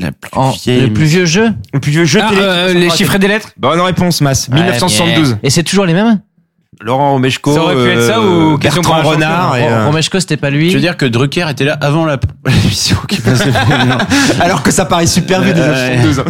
Speaker 3: La
Speaker 1: plus le Oh, plus
Speaker 5: vieux jeu
Speaker 1: Le plus vieux jeu
Speaker 5: Ah,
Speaker 1: télé.
Speaker 5: euh,
Speaker 1: qui passe
Speaker 5: les
Speaker 1: encore à la
Speaker 5: chiffres et
Speaker 1: télé.
Speaker 5: des lettres
Speaker 1: Bonne réponse, Mass.
Speaker 5: Ouais,
Speaker 1: 1972.
Speaker 5: mais- Et c'est toujours les mêmes hein.
Speaker 1: Laurent Romeshko. euh,
Speaker 5: Ça aurait pu être ça ou question
Speaker 1: Bertrand
Speaker 5: pour un
Speaker 1: Renard.
Speaker 5: champion,
Speaker 1: et,
Speaker 5: non,
Speaker 1: euh,
Speaker 5: Romeshko, c'était pas lui.
Speaker 3: Je veux dire que Drucker était là avant la l'émission qui passait.
Speaker 1: Alors que ça paraît super vieux, déjà, 72.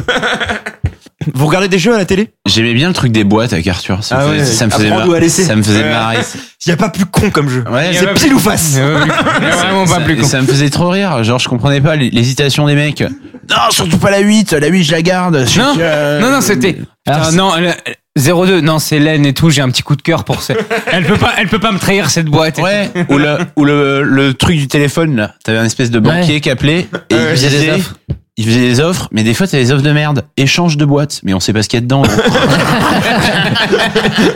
Speaker 1: Vous regardez des jeux à la télé
Speaker 3: J'aimais bien le truc des boîtes avec Arthur. Ça me
Speaker 1: Ah
Speaker 3: faisait,
Speaker 1: ouais,
Speaker 3: ça me faisait
Speaker 1: apprendre
Speaker 3: mar-
Speaker 1: ou à laisser.
Speaker 3: Ça me faisait
Speaker 1: Ouais.
Speaker 3: marrer.
Speaker 1: Il n'y a pas plus con comme jeu.
Speaker 3: Ouais,
Speaker 1: c'est pile ou face.
Speaker 2: vraiment
Speaker 3: ça, et ça me faisait trop rire. Genre, je comprenais pas l'hé- l'hésitation des mecs. Non, surtout pas la 8. La 8, je la garde. Je-
Speaker 2: Non,
Speaker 3: euh,
Speaker 2: non, non, c'était. Putain, non, le- 02, non, c'est laine et tout, j'ai un petit coup de cœur pour ça. Elle peut pas, elle peut pas me trahir cette boîte.
Speaker 3: Ouais. Ou, le, ou le, le truc du téléphone, là. T'avais un espèce de banquier
Speaker 2: Ouais.
Speaker 3: qui appelait et
Speaker 2: Ouais. Il
Speaker 3: il, faisait
Speaker 2: faisait des
Speaker 3: des
Speaker 2: offres.
Speaker 3: il faisait des offres, mais des fois, t'as des offres de merde. Échange de boîtes, mais on sait pas ce qu'il y a dedans.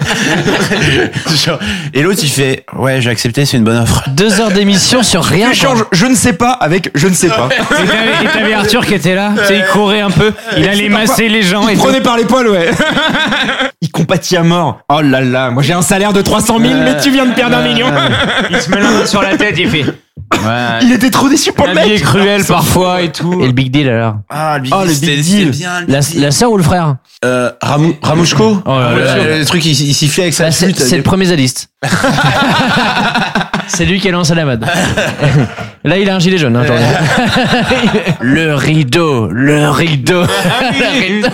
Speaker 3: gros. Genre, et l'autre, il fait Ouais, j'ai accepté, c'est une bonne offre.
Speaker 5: Deux heures d'émission sur
Speaker 1: Tu
Speaker 5: rien.
Speaker 1: échanges je ne sais pas avec je ne sais pas.
Speaker 2: Et t'avais- et t'avais Arthur qui était là, tu sais, il courait un peu, il allait masser les gens et
Speaker 1: Il
Speaker 2: tout.
Speaker 1: prenait par l'épaule, ouais. il compatit à mort. Oh là là, moi j'ai un salaire de 300 000, mais tu viens de perdre un million.
Speaker 2: Il se met la main sur la tête, il fait.
Speaker 3: Ouais.
Speaker 1: il était trop déçu pour le
Speaker 2: La vie est
Speaker 1: mec.
Speaker 2: cruelle parfois et tout.
Speaker 5: Et le big deal alors
Speaker 3: Ah, lui,
Speaker 1: Oh, le
Speaker 3: c'était-
Speaker 1: big
Speaker 3: c'était
Speaker 1: deal.
Speaker 3: bien, le
Speaker 5: la, la sœur ou le frère
Speaker 3: Euh, Ramou- Ramouchko
Speaker 5: Oh là là.
Speaker 3: Le, le truc, il, il sifflait avec sa
Speaker 5: Bah, C'est
Speaker 3: flûte.
Speaker 5: c'est le premier zadiste. c'est lui qui a lancé la mode. Là, il a un gilet jaune. hein, aujourd'hui. le rideau, le rideau. Le rideau.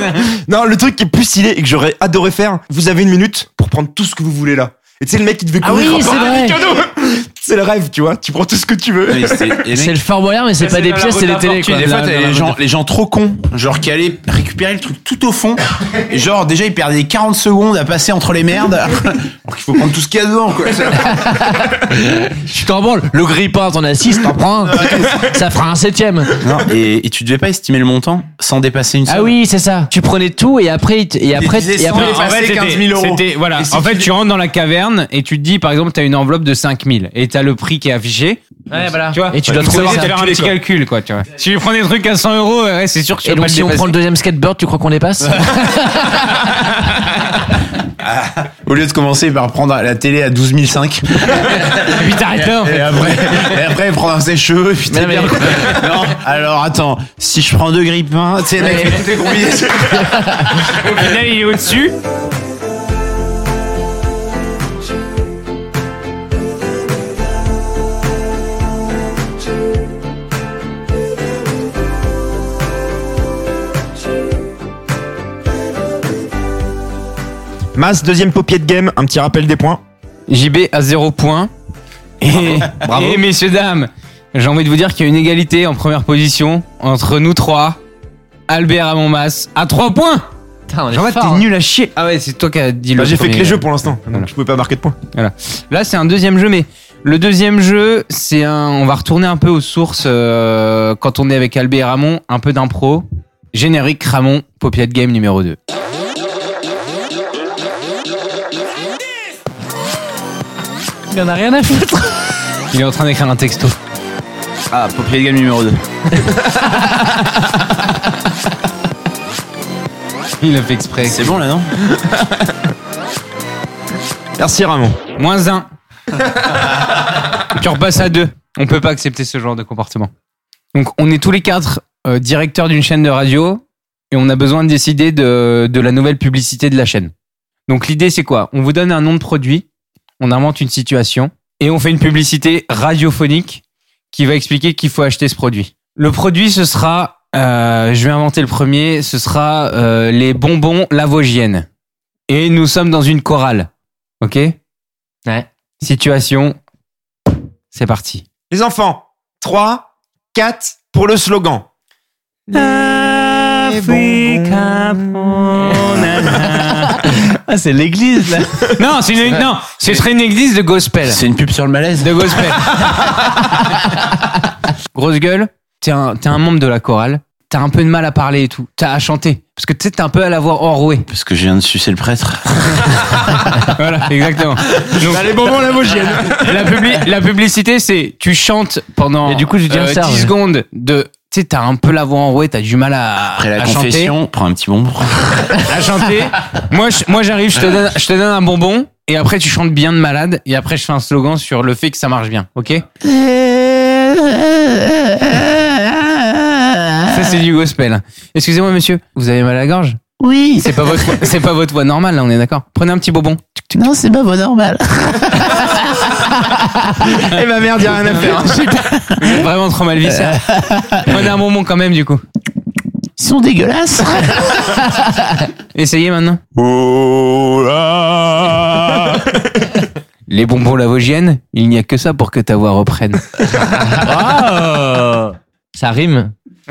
Speaker 1: Non, le truc qui est plus stylé et que j'aurais adoré faire, vous avez une minute pour prendre tout ce que vous voulez là. Et tu sais, le mec, il devait
Speaker 5: Ah
Speaker 1: courir
Speaker 5: oui,
Speaker 1: en
Speaker 5: c'est
Speaker 1: parlant,
Speaker 5: vrai.
Speaker 1: cadeau. C'est le rêve, tu vois. Tu prends tout ce que tu veux.
Speaker 3: Mais c'était- et les
Speaker 5: C'est
Speaker 3: mecs-
Speaker 5: le Fort Boyard, mais c'est
Speaker 2: Mais
Speaker 5: pas
Speaker 2: c'est
Speaker 5: des
Speaker 2: dans la
Speaker 5: pièces,
Speaker 2: rue
Speaker 5: c'est
Speaker 2: de
Speaker 5: des
Speaker 2: la
Speaker 5: télés.
Speaker 2: Fortune,
Speaker 5: quoi.
Speaker 3: Des fois,
Speaker 5: Dans-
Speaker 3: t'avais
Speaker 5: dans la
Speaker 3: les gens,
Speaker 5: rue
Speaker 3: les gens trop cons, genre qui allaient récupérer le truc tout au fond. Et genre, déjà, ils perdaient 40 secondes à passer entre les merdes. Alors qu'il faut prendre tout ce qu'il y a dedans, quoi.
Speaker 5: de- Tu t'en branles. Le grippin, t'en as 6, t'en prends un. Ça fera un septième.
Speaker 3: Non, et, et tu devais pas estimer le montant sans dépasser une
Speaker 5: Ah oui, c'est ça. Tu prenais tout et après, il te- et après,
Speaker 3: disait
Speaker 5: et après,
Speaker 3: cent,
Speaker 2: En fait,
Speaker 3: Passer
Speaker 2: c'était-
Speaker 3: 15 000 euros.
Speaker 2: c'était- voilà.
Speaker 3: Et si
Speaker 2: En
Speaker 3: tu
Speaker 2: fait,
Speaker 3: dis-
Speaker 2: tu rentres dans la caverne et tu te dis, par exemple, t'as une enveloppe de 5000 et t'as le prix qui est affiché.
Speaker 5: Ouais, voilà.
Speaker 2: Tu vois
Speaker 5: Et tu dois
Speaker 2: Il faut
Speaker 5: trouver
Speaker 2: savoir
Speaker 5: ça.
Speaker 2: faire un petit calcul, quoi. Tu vois. Si tu prends des trucs à 100 euros, ouais, c'est sûr que tu
Speaker 5: Et
Speaker 2: vas pas
Speaker 5: donc,
Speaker 2: le
Speaker 5: si on
Speaker 2: dépasser.
Speaker 5: prend le deuxième skateboard, tu crois qu'on dépasse
Speaker 3: Au lieu de commencer par prendre la télé à 12 500
Speaker 2: Et puis t'arrêtes là, en
Speaker 3: et
Speaker 2: fait.
Speaker 3: après, et après prendre un sèche-cheveux, puis t'es
Speaker 5: Mais-
Speaker 3: bien. Non, alors attends, si je prends deux grippins, tu sais, mec,
Speaker 5: Mais-
Speaker 3: tout est combiné.
Speaker 2: Au final, il est au-dessus.
Speaker 1: Mass, deuxième paupier de game, un petit rappel des points.
Speaker 2: JB à 0 points. Et,
Speaker 1: Bravo.
Speaker 2: et messieurs, dames, j'ai envie de vous dire qu'il y a une égalité en première position entre nous trois. Albert à Montmas à 3 points.
Speaker 5: Putain, on est
Speaker 2: Jean-Baptiste,
Speaker 5: fort,
Speaker 2: t'es
Speaker 5: hein.
Speaker 2: nul à chier. Ah ouais, c'est toi qui as dit
Speaker 1: Bah,
Speaker 2: le
Speaker 1: j'ai fait que
Speaker 2: premier.
Speaker 1: les jeux pour l'instant,
Speaker 2: Voilà.
Speaker 1: donc je pouvais pas marquer de points.
Speaker 2: Là, c'est un deuxième jeu, mais le deuxième jeu, c'est un. On va retourner un peu aux sources euh, quand on est avec Albé et Ramon, un peu d'impro. Générique Ramon, Popiat Game numéro 2.
Speaker 5: Il en a rien à foutre.
Speaker 2: Il est en train d'écrire un texto.
Speaker 3: Ah, Popier Game numéro 2.
Speaker 2: Il l'a fait exprès.
Speaker 3: C'est bon là, non
Speaker 1: Merci Ramon.
Speaker 2: Moins 1. tu repasses à 2. On peut pas accepter ce genre de comportement. Donc, on est tous les quatre euh, directeurs d'une chaîne de radio et on a besoin de décider de, de la nouvelle publicité de la chaîne. Donc, l'idée, c'est quoi On vous donne un nom de produit, on invente une situation et on fait une publicité radiophonique qui va expliquer qu'il faut acheter ce produit. Le produit, ce sera, euh, je vais inventer le premier, ce sera euh, les bonbons lavogiennes. Et nous sommes dans une chorale. Ok
Speaker 5: Ouais.
Speaker 2: Situation. C'est parti.
Speaker 1: Les enfants, 3, 4 pour le slogan.
Speaker 5: Ah, c'est l'église, là.
Speaker 2: Non, c'est une, non, ce serait une église de gospel.
Speaker 3: C'est une pub sur le malaise.
Speaker 2: De gospel. Grosse gueule, t'es un, t'es un membre de la chorale, t'as un peu de mal à parler et tout, t'as à chanter. Parce que tu sais, t'es un peu à la voix enrouée.
Speaker 3: Parce que je viens de sucer le prêtre.
Speaker 2: voilà, exactement. Donc, les bonbons la La, publi- la publicité, c'est tu chantes pendant
Speaker 5: Et du coup, je deviens serve.
Speaker 2: 10 secondes de. Tu sais, t'as un peu la voix enrouée, t'as du mal à,
Speaker 3: Après la
Speaker 2: à chanter.
Speaker 3: confession, prends un petit bonbon.
Speaker 2: à chanter. Moi, je- moi j'arrive, je te, donne, je te donne un bonbon et après tu chantes bien de malade et après je fais un slogan sur le fait que ça marche bien, ok Ça c'est du gospel. Excusez-moi monsieur, vous avez mal à la gorge
Speaker 13: Oui.
Speaker 2: C'est pas votre c'est pas votre voix normale là, on est d'accord. Prenez un petit bonbon.
Speaker 13: Non, c'est pas bon, normal.
Speaker 2: Et ma Eh ben, merde, y a rien à faire. Vraiment trop mal vissé. Prenez un bonbon quand même du coup.
Speaker 13: Ils sont dégueulasses.
Speaker 2: Essayez maintenant. Les bonbons lavogiennes, il n'y a que ça pour que ta voix reprenne.
Speaker 5: Ça rime.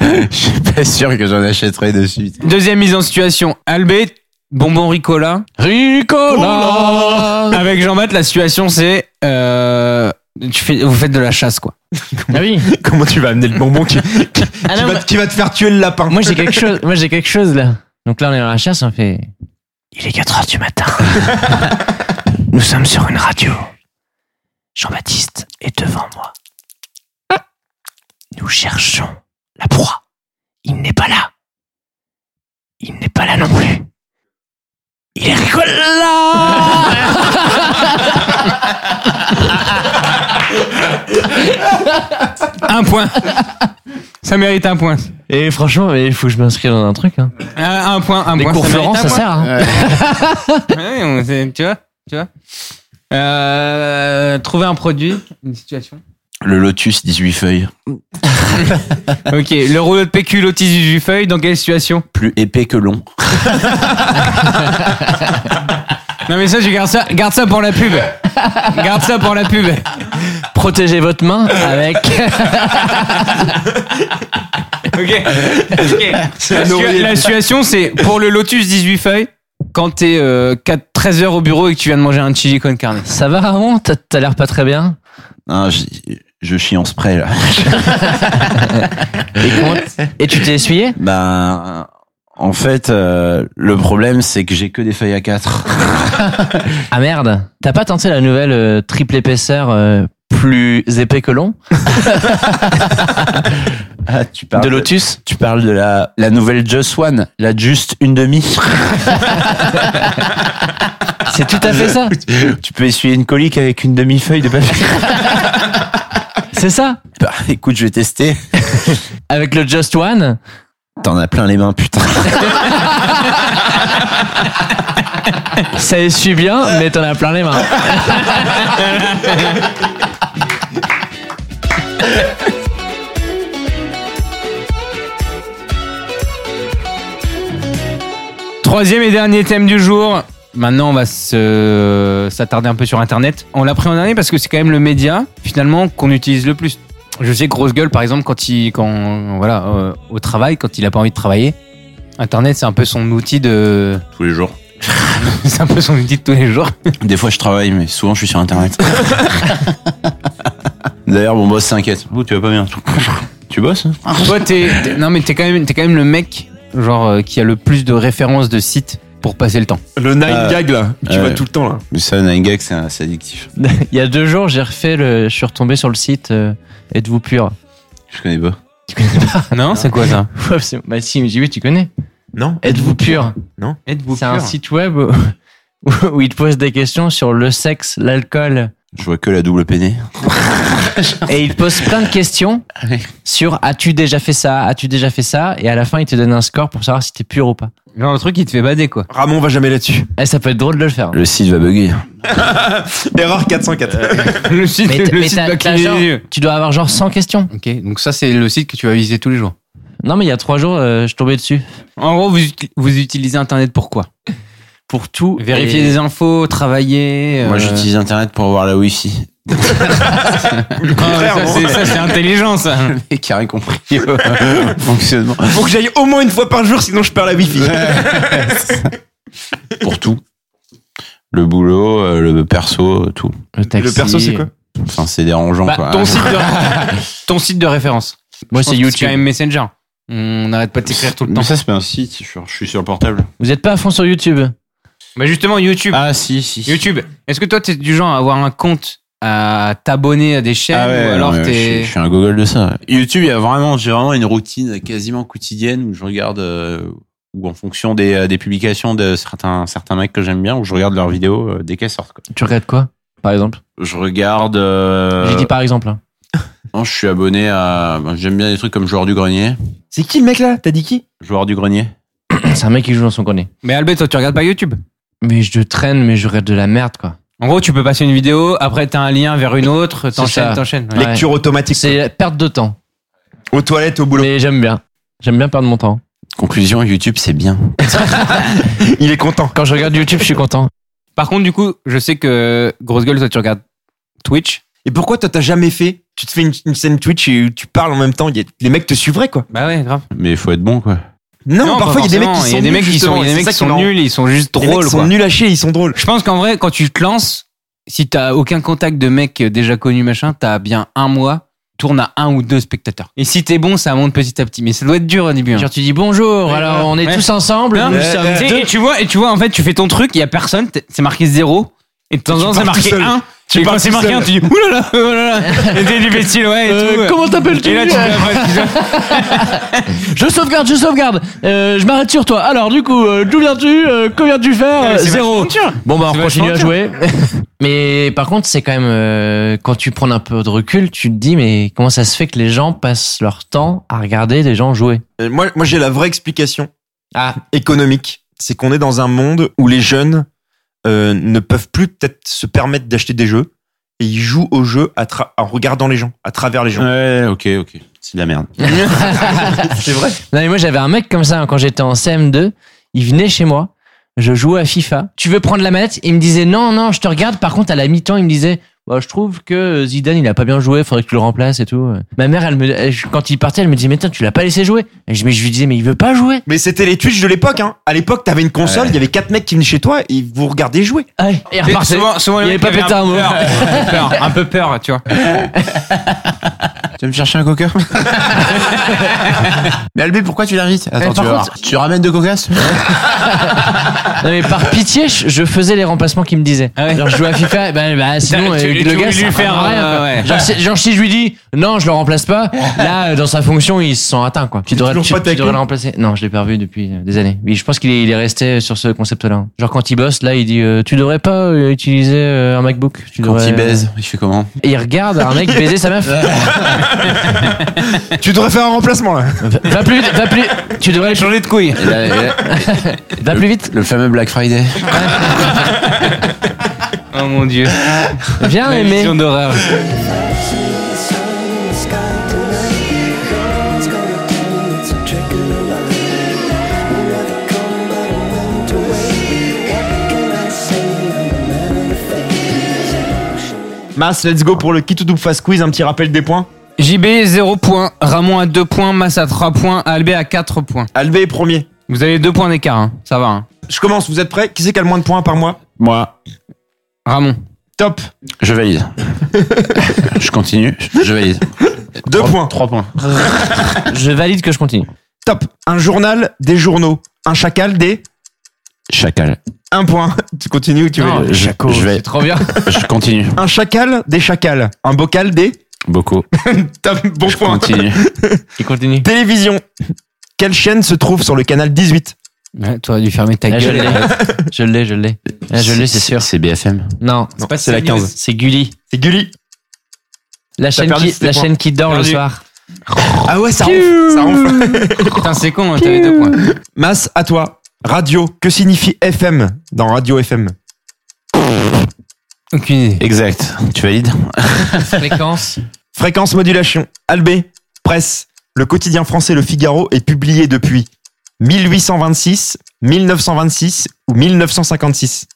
Speaker 3: Je suis pas sûr que j'en achèterai de suite.
Speaker 2: Deuxième mise en situation, Albé, bonbon Ricola.
Speaker 5: Ricola
Speaker 2: Avec Jean-Baptiste, la situation c'est... euh, tu fais, vous faites de la chasse quoi.
Speaker 5: Ah oui.
Speaker 1: Comment tu vas amener le bonbon qui, qui-
Speaker 5: Ah
Speaker 1: qui
Speaker 5: non,
Speaker 1: va,
Speaker 5: mais-
Speaker 1: qui va te faire tuer le lapin
Speaker 5: Moi, j'ai quelque chose, moi, j'ai quelque chose, là. Donc là, on est dans la chasse, on fait. Il est 4 heures du matin. Nous sommes sur une radio. Jean-Baptiste est devant moi. Nous cherchons la proie. Il n'est pas là. Il n'est pas là non plus. Il est
Speaker 2: Un point. Ça mérite un point.
Speaker 5: Et franchement, il faut que je m'inscrive dans un truc. Hein.
Speaker 2: Euh, un point, un
Speaker 5: Les
Speaker 2: point.
Speaker 5: cours
Speaker 2: mérite
Speaker 5: Florent,
Speaker 2: un
Speaker 5: ça
Speaker 2: point.
Speaker 5: sert, hein.
Speaker 2: Ouais, on- c'est- tu vois, tu vois. Euh, trouver un produit, une situation.
Speaker 3: Le Lotus 18 feuilles.
Speaker 2: Ok, le rouleau de PQ, lotis du feuille, dans quelle situation
Speaker 3: Plus épais que long.
Speaker 2: Non mais ça, je garde ça, garde ça pour la pub. Garde ça pour la pub.
Speaker 5: hein. Protégez votre main avec.
Speaker 2: Ok. ok. La,
Speaker 1: un oreiller.
Speaker 2: situa- la situation, c'est pour le Lotus 18 feuilles, quand t'es euh, 4 13 heures au bureau et que tu viens de manger un chili con carne.
Speaker 5: Ça va, Ramon T'as- T'as l'air pas très bien.
Speaker 3: Non, Ah, je, je chie en spray là.
Speaker 5: Et, comment- et tu t'es essuyé
Speaker 3: Ben, en fait, euh, le problème c'est que j'ai que des feuilles à 4.
Speaker 5: Ah merde, t'as pas tenté la nouvelle euh, triple épaisseur euh, plus épais que long
Speaker 3: Ah, tu parles
Speaker 5: de Lotus
Speaker 3: Tu parles de la, la nouvelle Just One, la Just une demi.
Speaker 5: C'est tout à fait ça,
Speaker 3: tu peux essuyer une colique avec une demi-feuille de papier.
Speaker 5: c'est ça.
Speaker 3: Bah, écoute, je vais tester.
Speaker 5: Avec le Just One,
Speaker 3: T'en as plein les mains, putain.
Speaker 5: ça essuie bien, mais t'en as plein les mains.
Speaker 2: Troisième et dernier thème du jour. Maintenant, on va se s'attarder un peu sur Internet. On l'a pris en dernier parce que c'est quand même le média finalement qu'on utilise le plus. Je sais que grosse gueule, par exemple, quand il, quand voilà, euh, au travail, quand il a pas envie de travailler, Internet c'est un peu son outil de,
Speaker 3: Tous les jours.
Speaker 2: c'est un peu son outil de tous les jours.
Speaker 3: Des fois, je travaille, mais souvent, je suis sur Internet. D'ailleurs, mon boss s'inquiète. Oh, tu vas pas bien. Tu bosses hein
Speaker 2: Toi, t'es, t'es- non mais t'es quand même, t'es quand même le mec genre euh, qui a le plus de références de sites pour passer le temps.
Speaker 1: Le nine
Speaker 2: Ah.
Speaker 3: Euh,
Speaker 1: gag là, tu
Speaker 3: euh,
Speaker 1: vas tout le temps là.
Speaker 3: Mais ça, Nine Gag, c'est un- c'est addictif.
Speaker 5: Il y a deux jours, j'ai refait le, je suis retombé sur le site euh, Êtes-vous pur
Speaker 3: Je connais pas.
Speaker 2: Non, c'est quoi ça
Speaker 5: Ouais, c'est- Bah si, mais j'ai dit, oui, tu connais.
Speaker 1: Non
Speaker 5: Êtes-vous pur
Speaker 2: Êtes-vous
Speaker 5: C'est un
Speaker 2: pur
Speaker 5: site web où, où il te pose des questions sur le sexe, l'alcool,
Speaker 3: Je vois que la double E. peinée.
Speaker 5: et il te pose plein de questions
Speaker 3: Ouais.
Speaker 5: sur as-tu déjà fait ça, as-tu déjà fait ça, et à la fin, il te donne un score pour savoir si t'es pur ou pas.
Speaker 2: Genre le truc qui te fait bader quoi.
Speaker 1: Ramon va jamais là-dessus.
Speaker 5: Eh, ça peut être drôle de le faire.
Speaker 3: Le site va bugger.
Speaker 1: Erreur 404.
Speaker 2: Le site,
Speaker 5: Mais, t-
Speaker 2: le
Speaker 5: mais
Speaker 2: site
Speaker 5: t'as-
Speaker 2: va
Speaker 5: t'as
Speaker 2: cligner
Speaker 5: genre-
Speaker 2: des yeux.
Speaker 5: tu dois avoir genre 100 questions.
Speaker 2: Ok, donc ça c'est le site que tu vas visiter tous les jours.
Speaker 5: Non, mais il y a trois jours, euh, je tombais dessus.
Speaker 2: En gros, vous, uti- vous utilisez Internet pour quoi
Speaker 5: Pour tout.
Speaker 2: Vérifier
Speaker 5: et-
Speaker 2: des infos, travailler.
Speaker 3: Moi,
Speaker 2: euh,
Speaker 3: j'utilise Internet pour avoir la Wi-Fi.
Speaker 1: Le contraire, non
Speaker 2: intelligent, Ah, ça.
Speaker 3: Le mec a rien compris au
Speaker 2: euh,
Speaker 3: fonctionnement.
Speaker 1: Faut que j'aille au moins une fois par jour, sinon je perds la wifi.
Speaker 3: Pour tout. Le boulot, euh, le perso, tout.
Speaker 5: Le, taxi.
Speaker 1: perso, c'est quoi
Speaker 3: Enfin, c'est dérangeant,
Speaker 2: Bah,
Speaker 3: quoi.
Speaker 2: ton, site de... ton site de référence.
Speaker 5: Moi,
Speaker 2: Je
Speaker 5: c'est
Speaker 2: pense que
Speaker 5: YouTube.
Speaker 2: quand même Messenger. On n'arrête pas de t'écrire tout le temps.
Speaker 3: Mais ça, c'est pas un site. Je suis- je suis sur le portable.
Speaker 5: Vous êtes pas à fond sur YouTube
Speaker 2: Bah justement, YouTube.
Speaker 3: Ah, si, si. si.
Speaker 2: YouTube. Est-ce que toi, t'es du genre à avoir un compte, à t'abonner à des chaînes,
Speaker 3: Ah ouais,
Speaker 2: ou alors
Speaker 3: non, mais je,
Speaker 2: t'es...
Speaker 3: suis- je suis un gogol de ça. YouTube, il y a vraiment, j'ai vraiment une routine quasiment quotidienne où je regarde, euh, ou en fonction des, euh, des publications de certains, certains mecs que j'aime bien, où je regarde leurs vidéos euh, dès qu'elles sortent. quoi.
Speaker 5: Tu regardes quoi, par exemple
Speaker 3: Je regarde. euh,
Speaker 5: J'ai dit par exemple. hein.
Speaker 3: non, je suis abonné à. ben, J'aime bien des trucs comme Joueur du Grenier.
Speaker 1: C'est qui le mec là T'as dit qui
Speaker 3: Joueur du Grenier.
Speaker 5: C'est un mec qui joue dans son grenier.
Speaker 2: Mais Albert, toi, tu regardes pas YouTube.
Speaker 5: Mais je traîne, mais je regarde de la merde, quoi.
Speaker 2: En gros, tu peux passer une vidéo, après t'as un lien vers une autre,
Speaker 5: ça.
Speaker 2: t'enchaînes, t'enchaînes.
Speaker 5: Ouais.
Speaker 1: Lecture automatique.
Speaker 5: C'est la perte de temps.
Speaker 1: Aux toilettes, au boulot.
Speaker 5: Mais j'aime bien. J'aime bien perdre mon temps.
Speaker 3: Conclusion, YouTube, c'est bien.
Speaker 1: Il est content.
Speaker 5: Quand je regarde YouTube, je suis content.
Speaker 2: Par contre, du coup, je sais que grosse gueule, toi, tu regardes Twitch.
Speaker 1: Et pourquoi toi t'as jamais fait Tu te fais une, une scène Twitch et tu parles en même temps. il y a- les mecs te suivraient quoi.
Speaker 2: Bah ouais, grave.
Speaker 3: Mais il faut être bon, quoi.
Speaker 1: Non,
Speaker 2: pas
Speaker 1: parfois il y a des mecs
Speaker 2: forcément.
Speaker 1: qui sont
Speaker 2: Il y a des
Speaker 1: nuls,
Speaker 2: mecs qui sont,
Speaker 1: justement, et
Speaker 2: il y a des
Speaker 1: c'est
Speaker 2: mecs
Speaker 1: ça
Speaker 2: qui sont
Speaker 1: marrant.
Speaker 2: nuls, ils sont juste
Speaker 1: Les mecs
Speaker 2: drôles.
Speaker 1: sont
Speaker 2: quoi.
Speaker 1: nuls à chier, ils sont drôles.
Speaker 2: Je pense qu'en vrai, quand tu te lances, si t'as aucun contact de mec déjà connu, machin, t'as bien un mois, tourne à un ou deux spectateurs. Et si t'es bon, ça monte petit à petit. Mais ça doit être dur au début. hein.
Speaker 5: Genre, tu dis bonjour,
Speaker 2: Ouais,
Speaker 5: alors
Speaker 2: ouais.
Speaker 5: on est
Speaker 2: Ouais.
Speaker 5: tous ensemble. Euh,
Speaker 2: Hein
Speaker 5: nous
Speaker 1: Ouais,
Speaker 5: sommes
Speaker 1: ouais.
Speaker 2: Tu sais,
Speaker 5: deux.
Speaker 2: et tu vois, et tu vois, en fait, tu fais ton truc, il y a personne, t'es- c'est marqué zéro, et de temps en temps,
Speaker 1: pars tout
Speaker 2: c'est marqué
Speaker 1: seul.
Speaker 2: un.
Speaker 1: Tu
Speaker 2: et
Speaker 1: pars
Speaker 2: quand
Speaker 1: tout
Speaker 2: c'est marqué
Speaker 1: seul.
Speaker 2: un, tu dis oulala, oulala, et t'es du pétil, ouais, et
Speaker 5: Euh,
Speaker 2: tout.
Speaker 5: comment t'appelles-tu
Speaker 2: Et là, tu fais, après, tu dis,
Speaker 5: Je sauvegarde, je sauvegarde. Euh, je m'arrête sur toi. Alors, du coup, euh, d'où viens-tu Euh, Que viens-tu faire
Speaker 2: Ouais,
Speaker 5: Euh,
Speaker 2: mais c'est
Speaker 5: Zéro.
Speaker 2: vachement dur.
Speaker 5: Bon, bah, on
Speaker 2: C'est
Speaker 5: continue à
Speaker 2: vachement
Speaker 5: jouer. mais par contre, c'est quand même. euh, quand tu prends un peu de recul, tu te dis, mais comment ça se fait que les gens passent leur temps à regarder des gens jouer
Speaker 1: Euh, Moi, moi j'ai la vraie explication
Speaker 5: Ah.
Speaker 1: économique. C'est qu'on est dans un monde où les jeunes euh, ne peuvent plus peut-être se permettre d'acheter des jeux et ils jouent aux jeux à tra- en regardant les gens, à travers les gens.
Speaker 3: Ouais, ok, ok. C'est de la merde.
Speaker 1: C'est vrai.
Speaker 5: Non, mais moi, j'avais un mec comme ça hein, quand j'étais en CM2. Il venait chez moi. Je jouais à FIFA. Tu veux prendre la manette Il me disait non, non, je te regarde. Par contre, à la mi-temps, il me disait bah, je trouve que Zidane, il a pas bien joué. Faudrait que tu le remplaces et tout. Ma mère, elle me, elle- quand il partait, elle me disait mais tiens, tu l'as pas laissé jouer. Et je, mais je lui disais mais il veut pas jouer.
Speaker 1: Mais c'était les Twitch de l'époque. Hein. À l'époque, t'avais une console, il y avait quatre mecs qui venaient chez toi et vous regardaient jouer.
Speaker 5: Ah, et il repartait.
Speaker 2: souvent, souvent,
Speaker 5: il
Speaker 2: les mecs
Speaker 5: avait pas
Speaker 2: avaient
Speaker 5: pété un mot.
Speaker 2: peu peur, un peu peur, tu vois.
Speaker 3: Tu vas me chercher un coca Mais Albé, pourquoi tu l'invites Attends,
Speaker 5: Eh,
Speaker 3: tu
Speaker 5: par
Speaker 3: vas
Speaker 5: contre-
Speaker 3: voir. Tu ramènes de cocas
Speaker 5: Non, mais par pitié, je, je faisais les remplacements qu'il me disait.
Speaker 2: Ah ouais.
Speaker 5: Genre, je jouais à FIFA, ben, ben, sinon,
Speaker 2: Tu-
Speaker 5: euh,
Speaker 2: tu
Speaker 5: le
Speaker 2: voulais
Speaker 5: gars,
Speaker 2: lui
Speaker 5: ça
Speaker 2: faire
Speaker 5: sert à rien,
Speaker 2: un-
Speaker 5: quoi.
Speaker 2: ouais.
Speaker 5: Genre, si- genre, si je lui dis, non, je le remplace pas, là, euh, dans sa fonction, il se sent atteint, quoi. Tu devrais,
Speaker 1: toujours
Speaker 5: tu-
Speaker 1: pas
Speaker 5: tu
Speaker 1: taqué
Speaker 5: devrais le remplacer. Non, je l'ai pas revu depuis euh, des années. Mais je pense qu'il est, il est resté sur ce concept-là. hein. Genre, quand il bosse, là, il dit, euh, tu devrais pas euh, utiliser euh, un MacBook. Tu
Speaker 3: Quand
Speaker 5: devrais- euh,
Speaker 3: il baise, il fait comment
Speaker 5: Et il regarde un mec baiser sa meuf.
Speaker 1: tu devrais faire un remplacement là.
Speaker 5: va va plus vite, va plus, tu devrais aller
Speaker 2: Changer de couille.
Speaker 3: Et là- et là-
Speaker 5: Va plus vite.
Speaker 3: Le fameux Black Friday.
Speaker 2: Oh mon dieu.
Speaker 5: Viens,
Speaker 2: La
Speaker 5: aimer.
Speaker 2: vision d'horreur.
Speaker 1: Mas, let's go pour le qui tout double fast quiz. Un petit rappel des points.
Speaker 2: JB 0 points, Ramon à 2 points, Massa à 3 points, Albé à 4 points.
Speaker 1: Alvé est premier.
Speaker 2: Vous avez 2 points d'écart, hein. ça va. hein.
Speaker 1: Je commence. Vous êtes prêts Qui c'est qui a le moins de points par mois
Speaker 3: Moi,
Speaker 2: Ramon.
Speaker 1: Top.
Speaker 3: je valide. je continue, je valide.
Speaker 1: Deux
Speaker 3: Trois-
Speaker 1: points.
Speaker 3: Trois points.
Speaker 5: Je valide que je continue.
Speaker 1: Top. Un journal, des journaux. Un chacal, des.
Speaker 3: Chacal.
Speaker 1: Un point. Tu continues ou tu veux
Speaker 3: je, je vais.
Speaker 5: Trop bien.
Speaker 3: Je continue.
Speaker 1: Un chacal, des chacals. Un bocal, des.
Speaker 3: Beaucoup.
Speaker 1: Top. Bon
Speaker 3: je
Speaker 1: point.
Speaker 3: continue.
Speaker 5: Il continue.
Speaker 1: Télévision. Quelle chaîne se trouve sur le canal 18
Speaker 2: Ouais, t'aurais dû fermer ta
Speaker 5: Là, je
Speaker 2: gueule.
Speaker 5: l'ai. Je l'ai, je l'ai. Là, je l'ai, c'est sûr.
Speaker 3: Ah, C'est BFM.
Speaker 5: Non,
Speaker 1: Non, c'est la 15.
Speaker 5: c'est Gulli.
Speaker 1: C'est Gulli.
Speaker 5: La chaîne,
Speaker 1: perdu,
Speaker 5: qui,
Speaker 1: c'était
Speaker 5: la
Speaker 1: quoi
Speaker 5: chaîne qui dort le
Speaker 2: Perdu.
Speaker 5: soir.
Speaker 1: Ah ouais, ça ronfle. Ça ronfle.
Speaker 2: Putain, c'est con, hein, t'avais 2 points.
Speaker 1: Mas, à toi. Radio. Que signifie FM dans Radio FM
Speaker 2: Aucune idée.
Speaker 3: Exact. Tu valides
Speaker 5: Fréquence.
Speaker 1: Fréquence modulation. Albé. Presse. Le quotidien français Le Figaro est publié depuis 1826, 1926 ou 1956.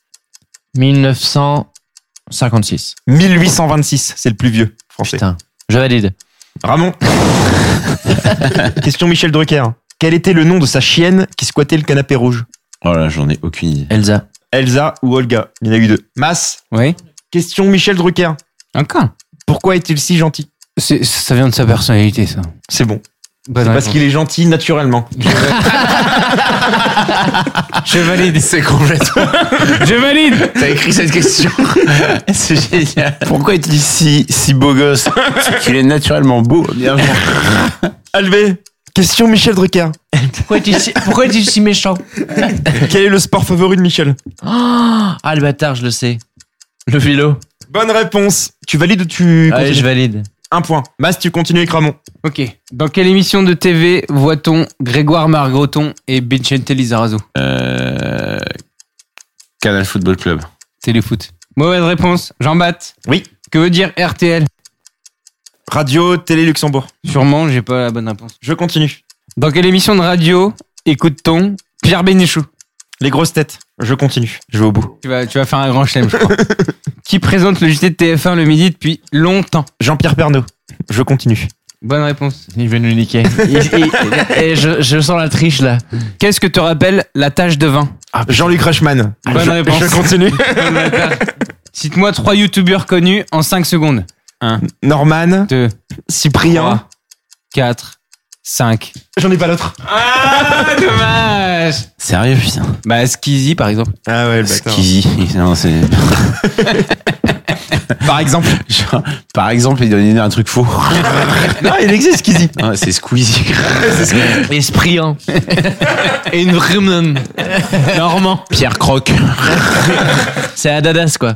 Speaker 5: 1900. 56.
Speaker 1: 1826, c'est le plus vieux français. Putain,
Speaker 5: je valide.
Speaker 1: Ramon. Question Michel Drucker. Quel était le nom de sa chienne qui squattait le canapé rouge
Speaker 3: Oh là, j'en ai aucune idée.
Speaker 5: Elsa.
Speaker 1: Elsa ou Olga Il y en a eu deux. Mass.
Speaker 2: Oui.
Speaker 1: Question Michel Drucker.
Speaker 2: Encore
Speaker 1: Pourquoi est-il si gentil
Speaker 2: C'est- Ça vient de sa personnalité, ça.
Speaker 1: C'est bon.
Speaker 2: Bonne
Speaker 1: C'est parce
Speaker 2: réponse.
Speaker 1: qu'il est gentil naturellement.
Speaker 2: Je valide.
Speaker 3: C'est complètement.
Speaker 2: Je valide.
Speaker 3: T'as écrit cette question. C'est génial. Pourquoi est-il si, si beau gosse Parce qu'il est naturellement beau. Bien joué.
Speaker 1: Alvé. Question Michel Drucker.
Speaker 5: Pourquoi es-tu si, pourquoi es-tu si méchant
Speaker 1: Quel est le sport favori de Michel
Speaker 5: Oh, Ah, le bâtard, je le sais. Le vélo.
Speaker 1: Bonne réponse. Tu valides ou tu
Speaker 5: Allez,
Speaker 1: continues
Speaker 5: Ah je valide.
Speaker 1: Un point. Mas, tu continues avec Ramon.
Speaker 2: Ok. Dans quelle émission de TV voit-on Grégoire Margoton et Bichente Lizarazu
Speaker 3: Euh, Canal Football Club.
Speaker 2: Téléfoot. Mauvaise réponse. jean bapt
Speaker 1: Oui.
Speaker 2: Que veut dire RTL
Speaker 1: Radio Télé Luxembourg.
Speaker 2: Sûrement, j'ai pas la bonne réponse.
Speaker 1: Je continue.
Speaker 2: Dans quelle émission de radio écoute-t-on Pierre Bénichou
Speaker 1: Les grosses têtes. Je continue. Je vais au bout.
Speaker 2: tu vas, tu vas faire un grand chelem, je crois. Qui présente le JT de TF1 le midi depuis longtemps
Speaker 1: Jean-Pierre Pernaud. Je continue.
Speaker 2: Bonne réponse.
Speaker 5: Il veut nous niquer. Il- il- et je, je sens la triche là.
Speaker 2: Qu'est-ce que te rappelle la tâche de vin
Speaker 1: Jean-Luc Reichmann.
Speaker 2: Bonne
Speaker 1: je,
Speaker 2: réponse.
Speaker 1: Je continue.
Speaker 2: Bonne réponse. Cite-moi trois youtubeurs connus en 5 secondes. 1,
Speaker 1: Norman.
Speaker 2: 2,
Speaker 1: Cyprien.
Speaker 2: 3, 4, 5.
Speaker 1: J'en ai pas l'autre.
Speaker 2: Ah, dommage
Speaker 3: Sérieux, putain.
Speaker 2: Bah, Skeezy, par exemple.
Speaker 1: Ah ouais, le bâtard.
Speaker 3: Skizzy. Non, c'est.
Speaker 1: Par exemple.
Speaker 3: Genre, Par exemple, il donnait un truc faux.
Speaker 1: non, il existe Skizzy.
Speaker 3: Ah, c'est Squeezie.
Speaker 5: Esprit, hein.
Speaker 2: Et une vraie menace.
Speaker 5: Normand.
Speaker 3: Pierre Croc.
Speaker 5: C'est Adadas quoi.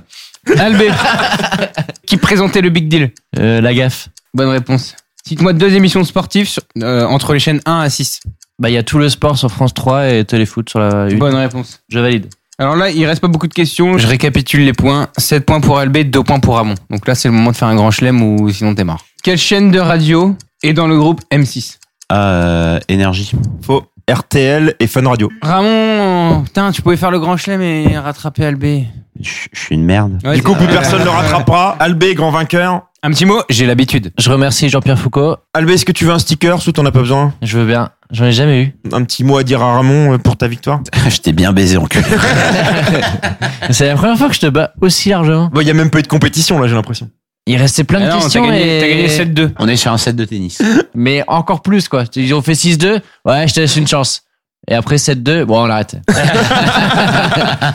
Speaker 2: Albé. Qui présentait le Big Deal
Speaker 5: Euh, la gaffe.
Speaker 2: Bonne réponse. Cite-moi deux émissions sportives sur- euh, entre les chaînes 1 à 6.
Speaker 5: Bah, il y a tout le sport sur France 3 et Téléfoot sur la 8.
Speaker 2: Bonne réponse.
Speaker 5: Je valide.
Speaker 2: Alors là, il reste pas beaucoup de questions. Je récapitule les points. 7 points pour Albé, 2 points pour Ramon. Donc là, c'est le moment de faire un grand chelem ou sinon t'es mort. Quelle chaîne de radio est dans le groupe M6
Speaker 3: Ah, énergie.
Speaker 1: Faux. RTL et Fun Radio.
Speaker 2: Ramon, putain, tu pouvais faire le grand chelem et rattraper Albé.
Speaker 3: Je je suis une merde.
Speaker 2: Ouais,
Speaker 1: du coup, plus
Speaker 2: c'est-
Speaker 1: personne ne le rattrapera. Euh, Albé, grand vainqueur.
Speaker 2: Un petit mot, j'ai l'habitude.
Speaker 5: Je remercie Jean-Pierre Foucault.
Speaker 1: Albé, est-ce que tu veux un sticker ou t'en as pas besoin
Speaker 5: Je veux bien. J'en ai jamais eu.
Speaker 1: Un petit mot à dire à Ramon euh, pour ta victoire
Speaker 3: Je t'ai bien baisé en cul.
Speaker 5: C'est la première fois que je te bats aussi largement.
Speaker 1: Bah, il y a même pas eu de compétition là, j'ai l'impression.
Speaker 5: Il restait plein de
Speaker 2: Ah non, t'as
Speaker 5: questions.
Speaker 2: gagné,
Speaker 5: et-
Speaker 2: t'as gagné 7-2.
Speaker 3: On est sur un set de tennis.
Speaker 5: Mais encore plus, quoi. Ils ont fait 6-2. Ouais, je te laisse une chance. Et après 7-2, bon, on l'arrête.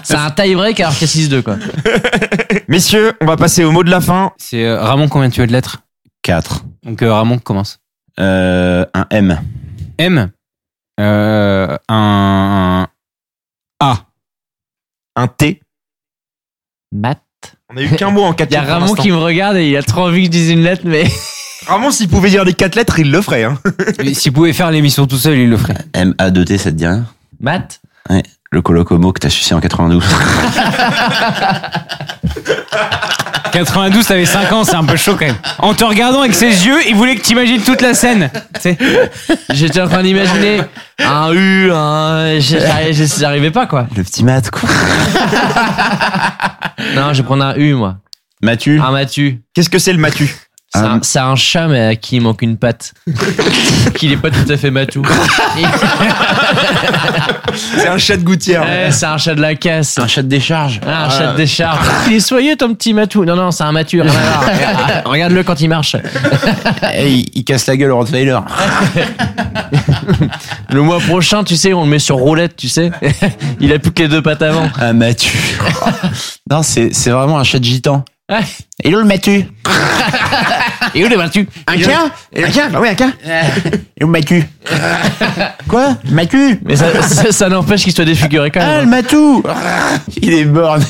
Speaker 5: c'est un tie-break alors qu'il y a 6-2, quoi.
Speaker 1: Messieurs, on va passer au mot de la fin.
Speaker 2: C'est euh, Ramon, combien tu as de lettres
Speaker 3: 4.
Speaker 2: Donc euh, Ramon commence.
Speaker 3: Euh, un M.
Speaker 2: M. Euh, un, A.
Speaker 1: Un T.
Speaker 5: Matt.
Speaker 1: On a eu qu'un mot en quatre
Speaker 5: Il y a
Speaker 1: lettres. pour
Speaker 5: Ramon
Speaker 1: l'instant.
Speaker 5: qui me regarde et il a trop envie que je dise une lettre, mais.
Speaker 1: Ramon, s'il pouvait dire les quatre lettres, il le ferait. Hein.
Speaker 2: Et S'il pouvait faire l'émission tout seul, il le ferait.
Speaker 3: M-A-2-T, ça te dit rien
Speaker 5: Matt.
Speaker 3: Le colloque homo que t'as sucé en 92.
Speaker 2: 92, t'avais 5 ans, c'est un peu chaud quand même. En te regardant avec ses yeux, il voulait que t'imagines toute la scène. Tu sais.
Speaker 5: J'étais en train d'imaginer un U, un. j'arri- J'arrivais pas, quoi.
Speaker 3: Le petit mat, quoi.
Speaker 5: Non, je vais prendre un U, moi.
Speaker 3: Mathieu.
Speaker 5: Un Mathieu.
Speaker 1: Qu'est-ce que c'est le Matu
Speaker 5: C'est
Speaker 3: Un-
Speaker 5: un, c'est un chat, mais à qui il manque une patte. Qu'il est pas tout à fait matou.
Speaker 1: C'est un chat de gouttière.
Speaker 5: Ouais, c'est un chat de la casse.
Speaker 3: un chat de décharge.
Speaker 5: Ah, un chat de décharge. Il est soyeux ton petit matou. Non, non, c'est un mature. Regarde-le quand il marche.
Speaker 3: Et Eh, il, il casse la gueule au Rottweiler.
Speaker 5: Le mois prochain, tu sais, on le met sur roulette, tu sais. Il a plus que les deux pattes avant.
Speaker 3: Un Ah, Mathieu. non, c'est c'est vraiment un chat de gitan.
Speaker 5: Ouais.
Speaker 3: Et où le Mathieu
Speaker 5: Et où le matou
Speaker 3: Un quin Un quin Bah oui, un quin. Et où le Mathieu Quoi Mathieu
Speaker 5: Mais ça, ça, ça n'empêche qu'il soit défiguré quand
Speaker 3: Ah, le
Speaker 5: même. hein.
Speaker 3: matou Il est borné.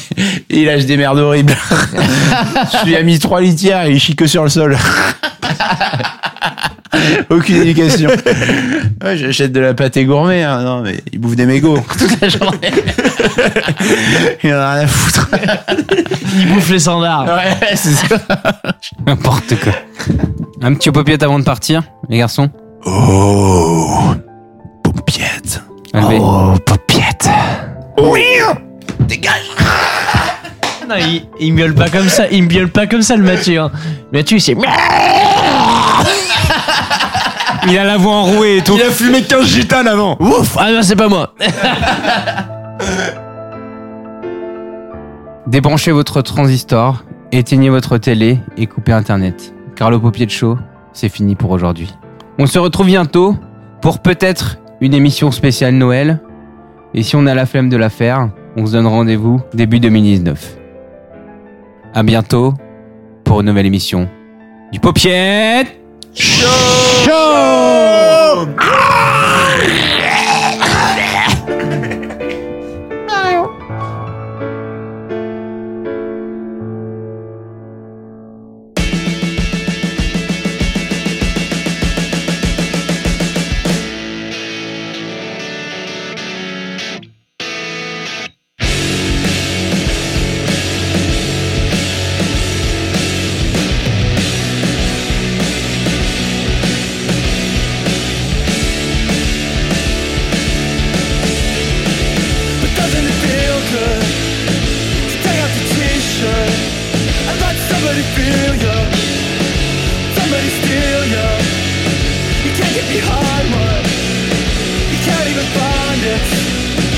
Speaker 3: Il lâche des merdes horribles. Je lui ai mis trois litières et il chie que sur le sol. Aucune éducation. Ouais, J'achète de la pâté gourmet. hein. Non, mais il bouffe des mégots.
Speaker 5: toute la journée.
Speaker 3: Il en a rien à foutre.
Speaker 5: Il bouffe les standards.
Speaker 3: Ouais, c'est ça.
Speaker 2: N'importe quoi. Un petit popiette avant de partir, les garçons.
Speaker 3: Oh, pompiette.
Speaker 2: Albé.
Speaker 3: Oh, pompiette. Oui Dégage
Speaker 5: non, il, il miaule pas comme ça, il miaule pas comme ça le Mathieu. hein. Mathieu, c'est.
Speaker 1: Il a la voix enrouée et tout. Il a fumé 15 gitanes avant.
Speaker 5: Ouf Ah non, c'est pas moi.
Speaker 2: Débranchez votre transistor, éteignez votre télé et coupez Internet. Car le paupier de chaud, c'est fini pour aujourd'hui. On se retrouve bientôt pour peut-être une émission spéciale Noël. Et si on a la flemme de la faire, on se donne rendez-vous début 2019. À bientôt pour une nouvelle émission du paupier
Speaker 1: Oh,
Speaker 2: chaud
Speaker 12: But doesn't it feel good to take off the t-shirt and let somebody feel you? Somebody steal you. You can't get behind one. You can't even find it.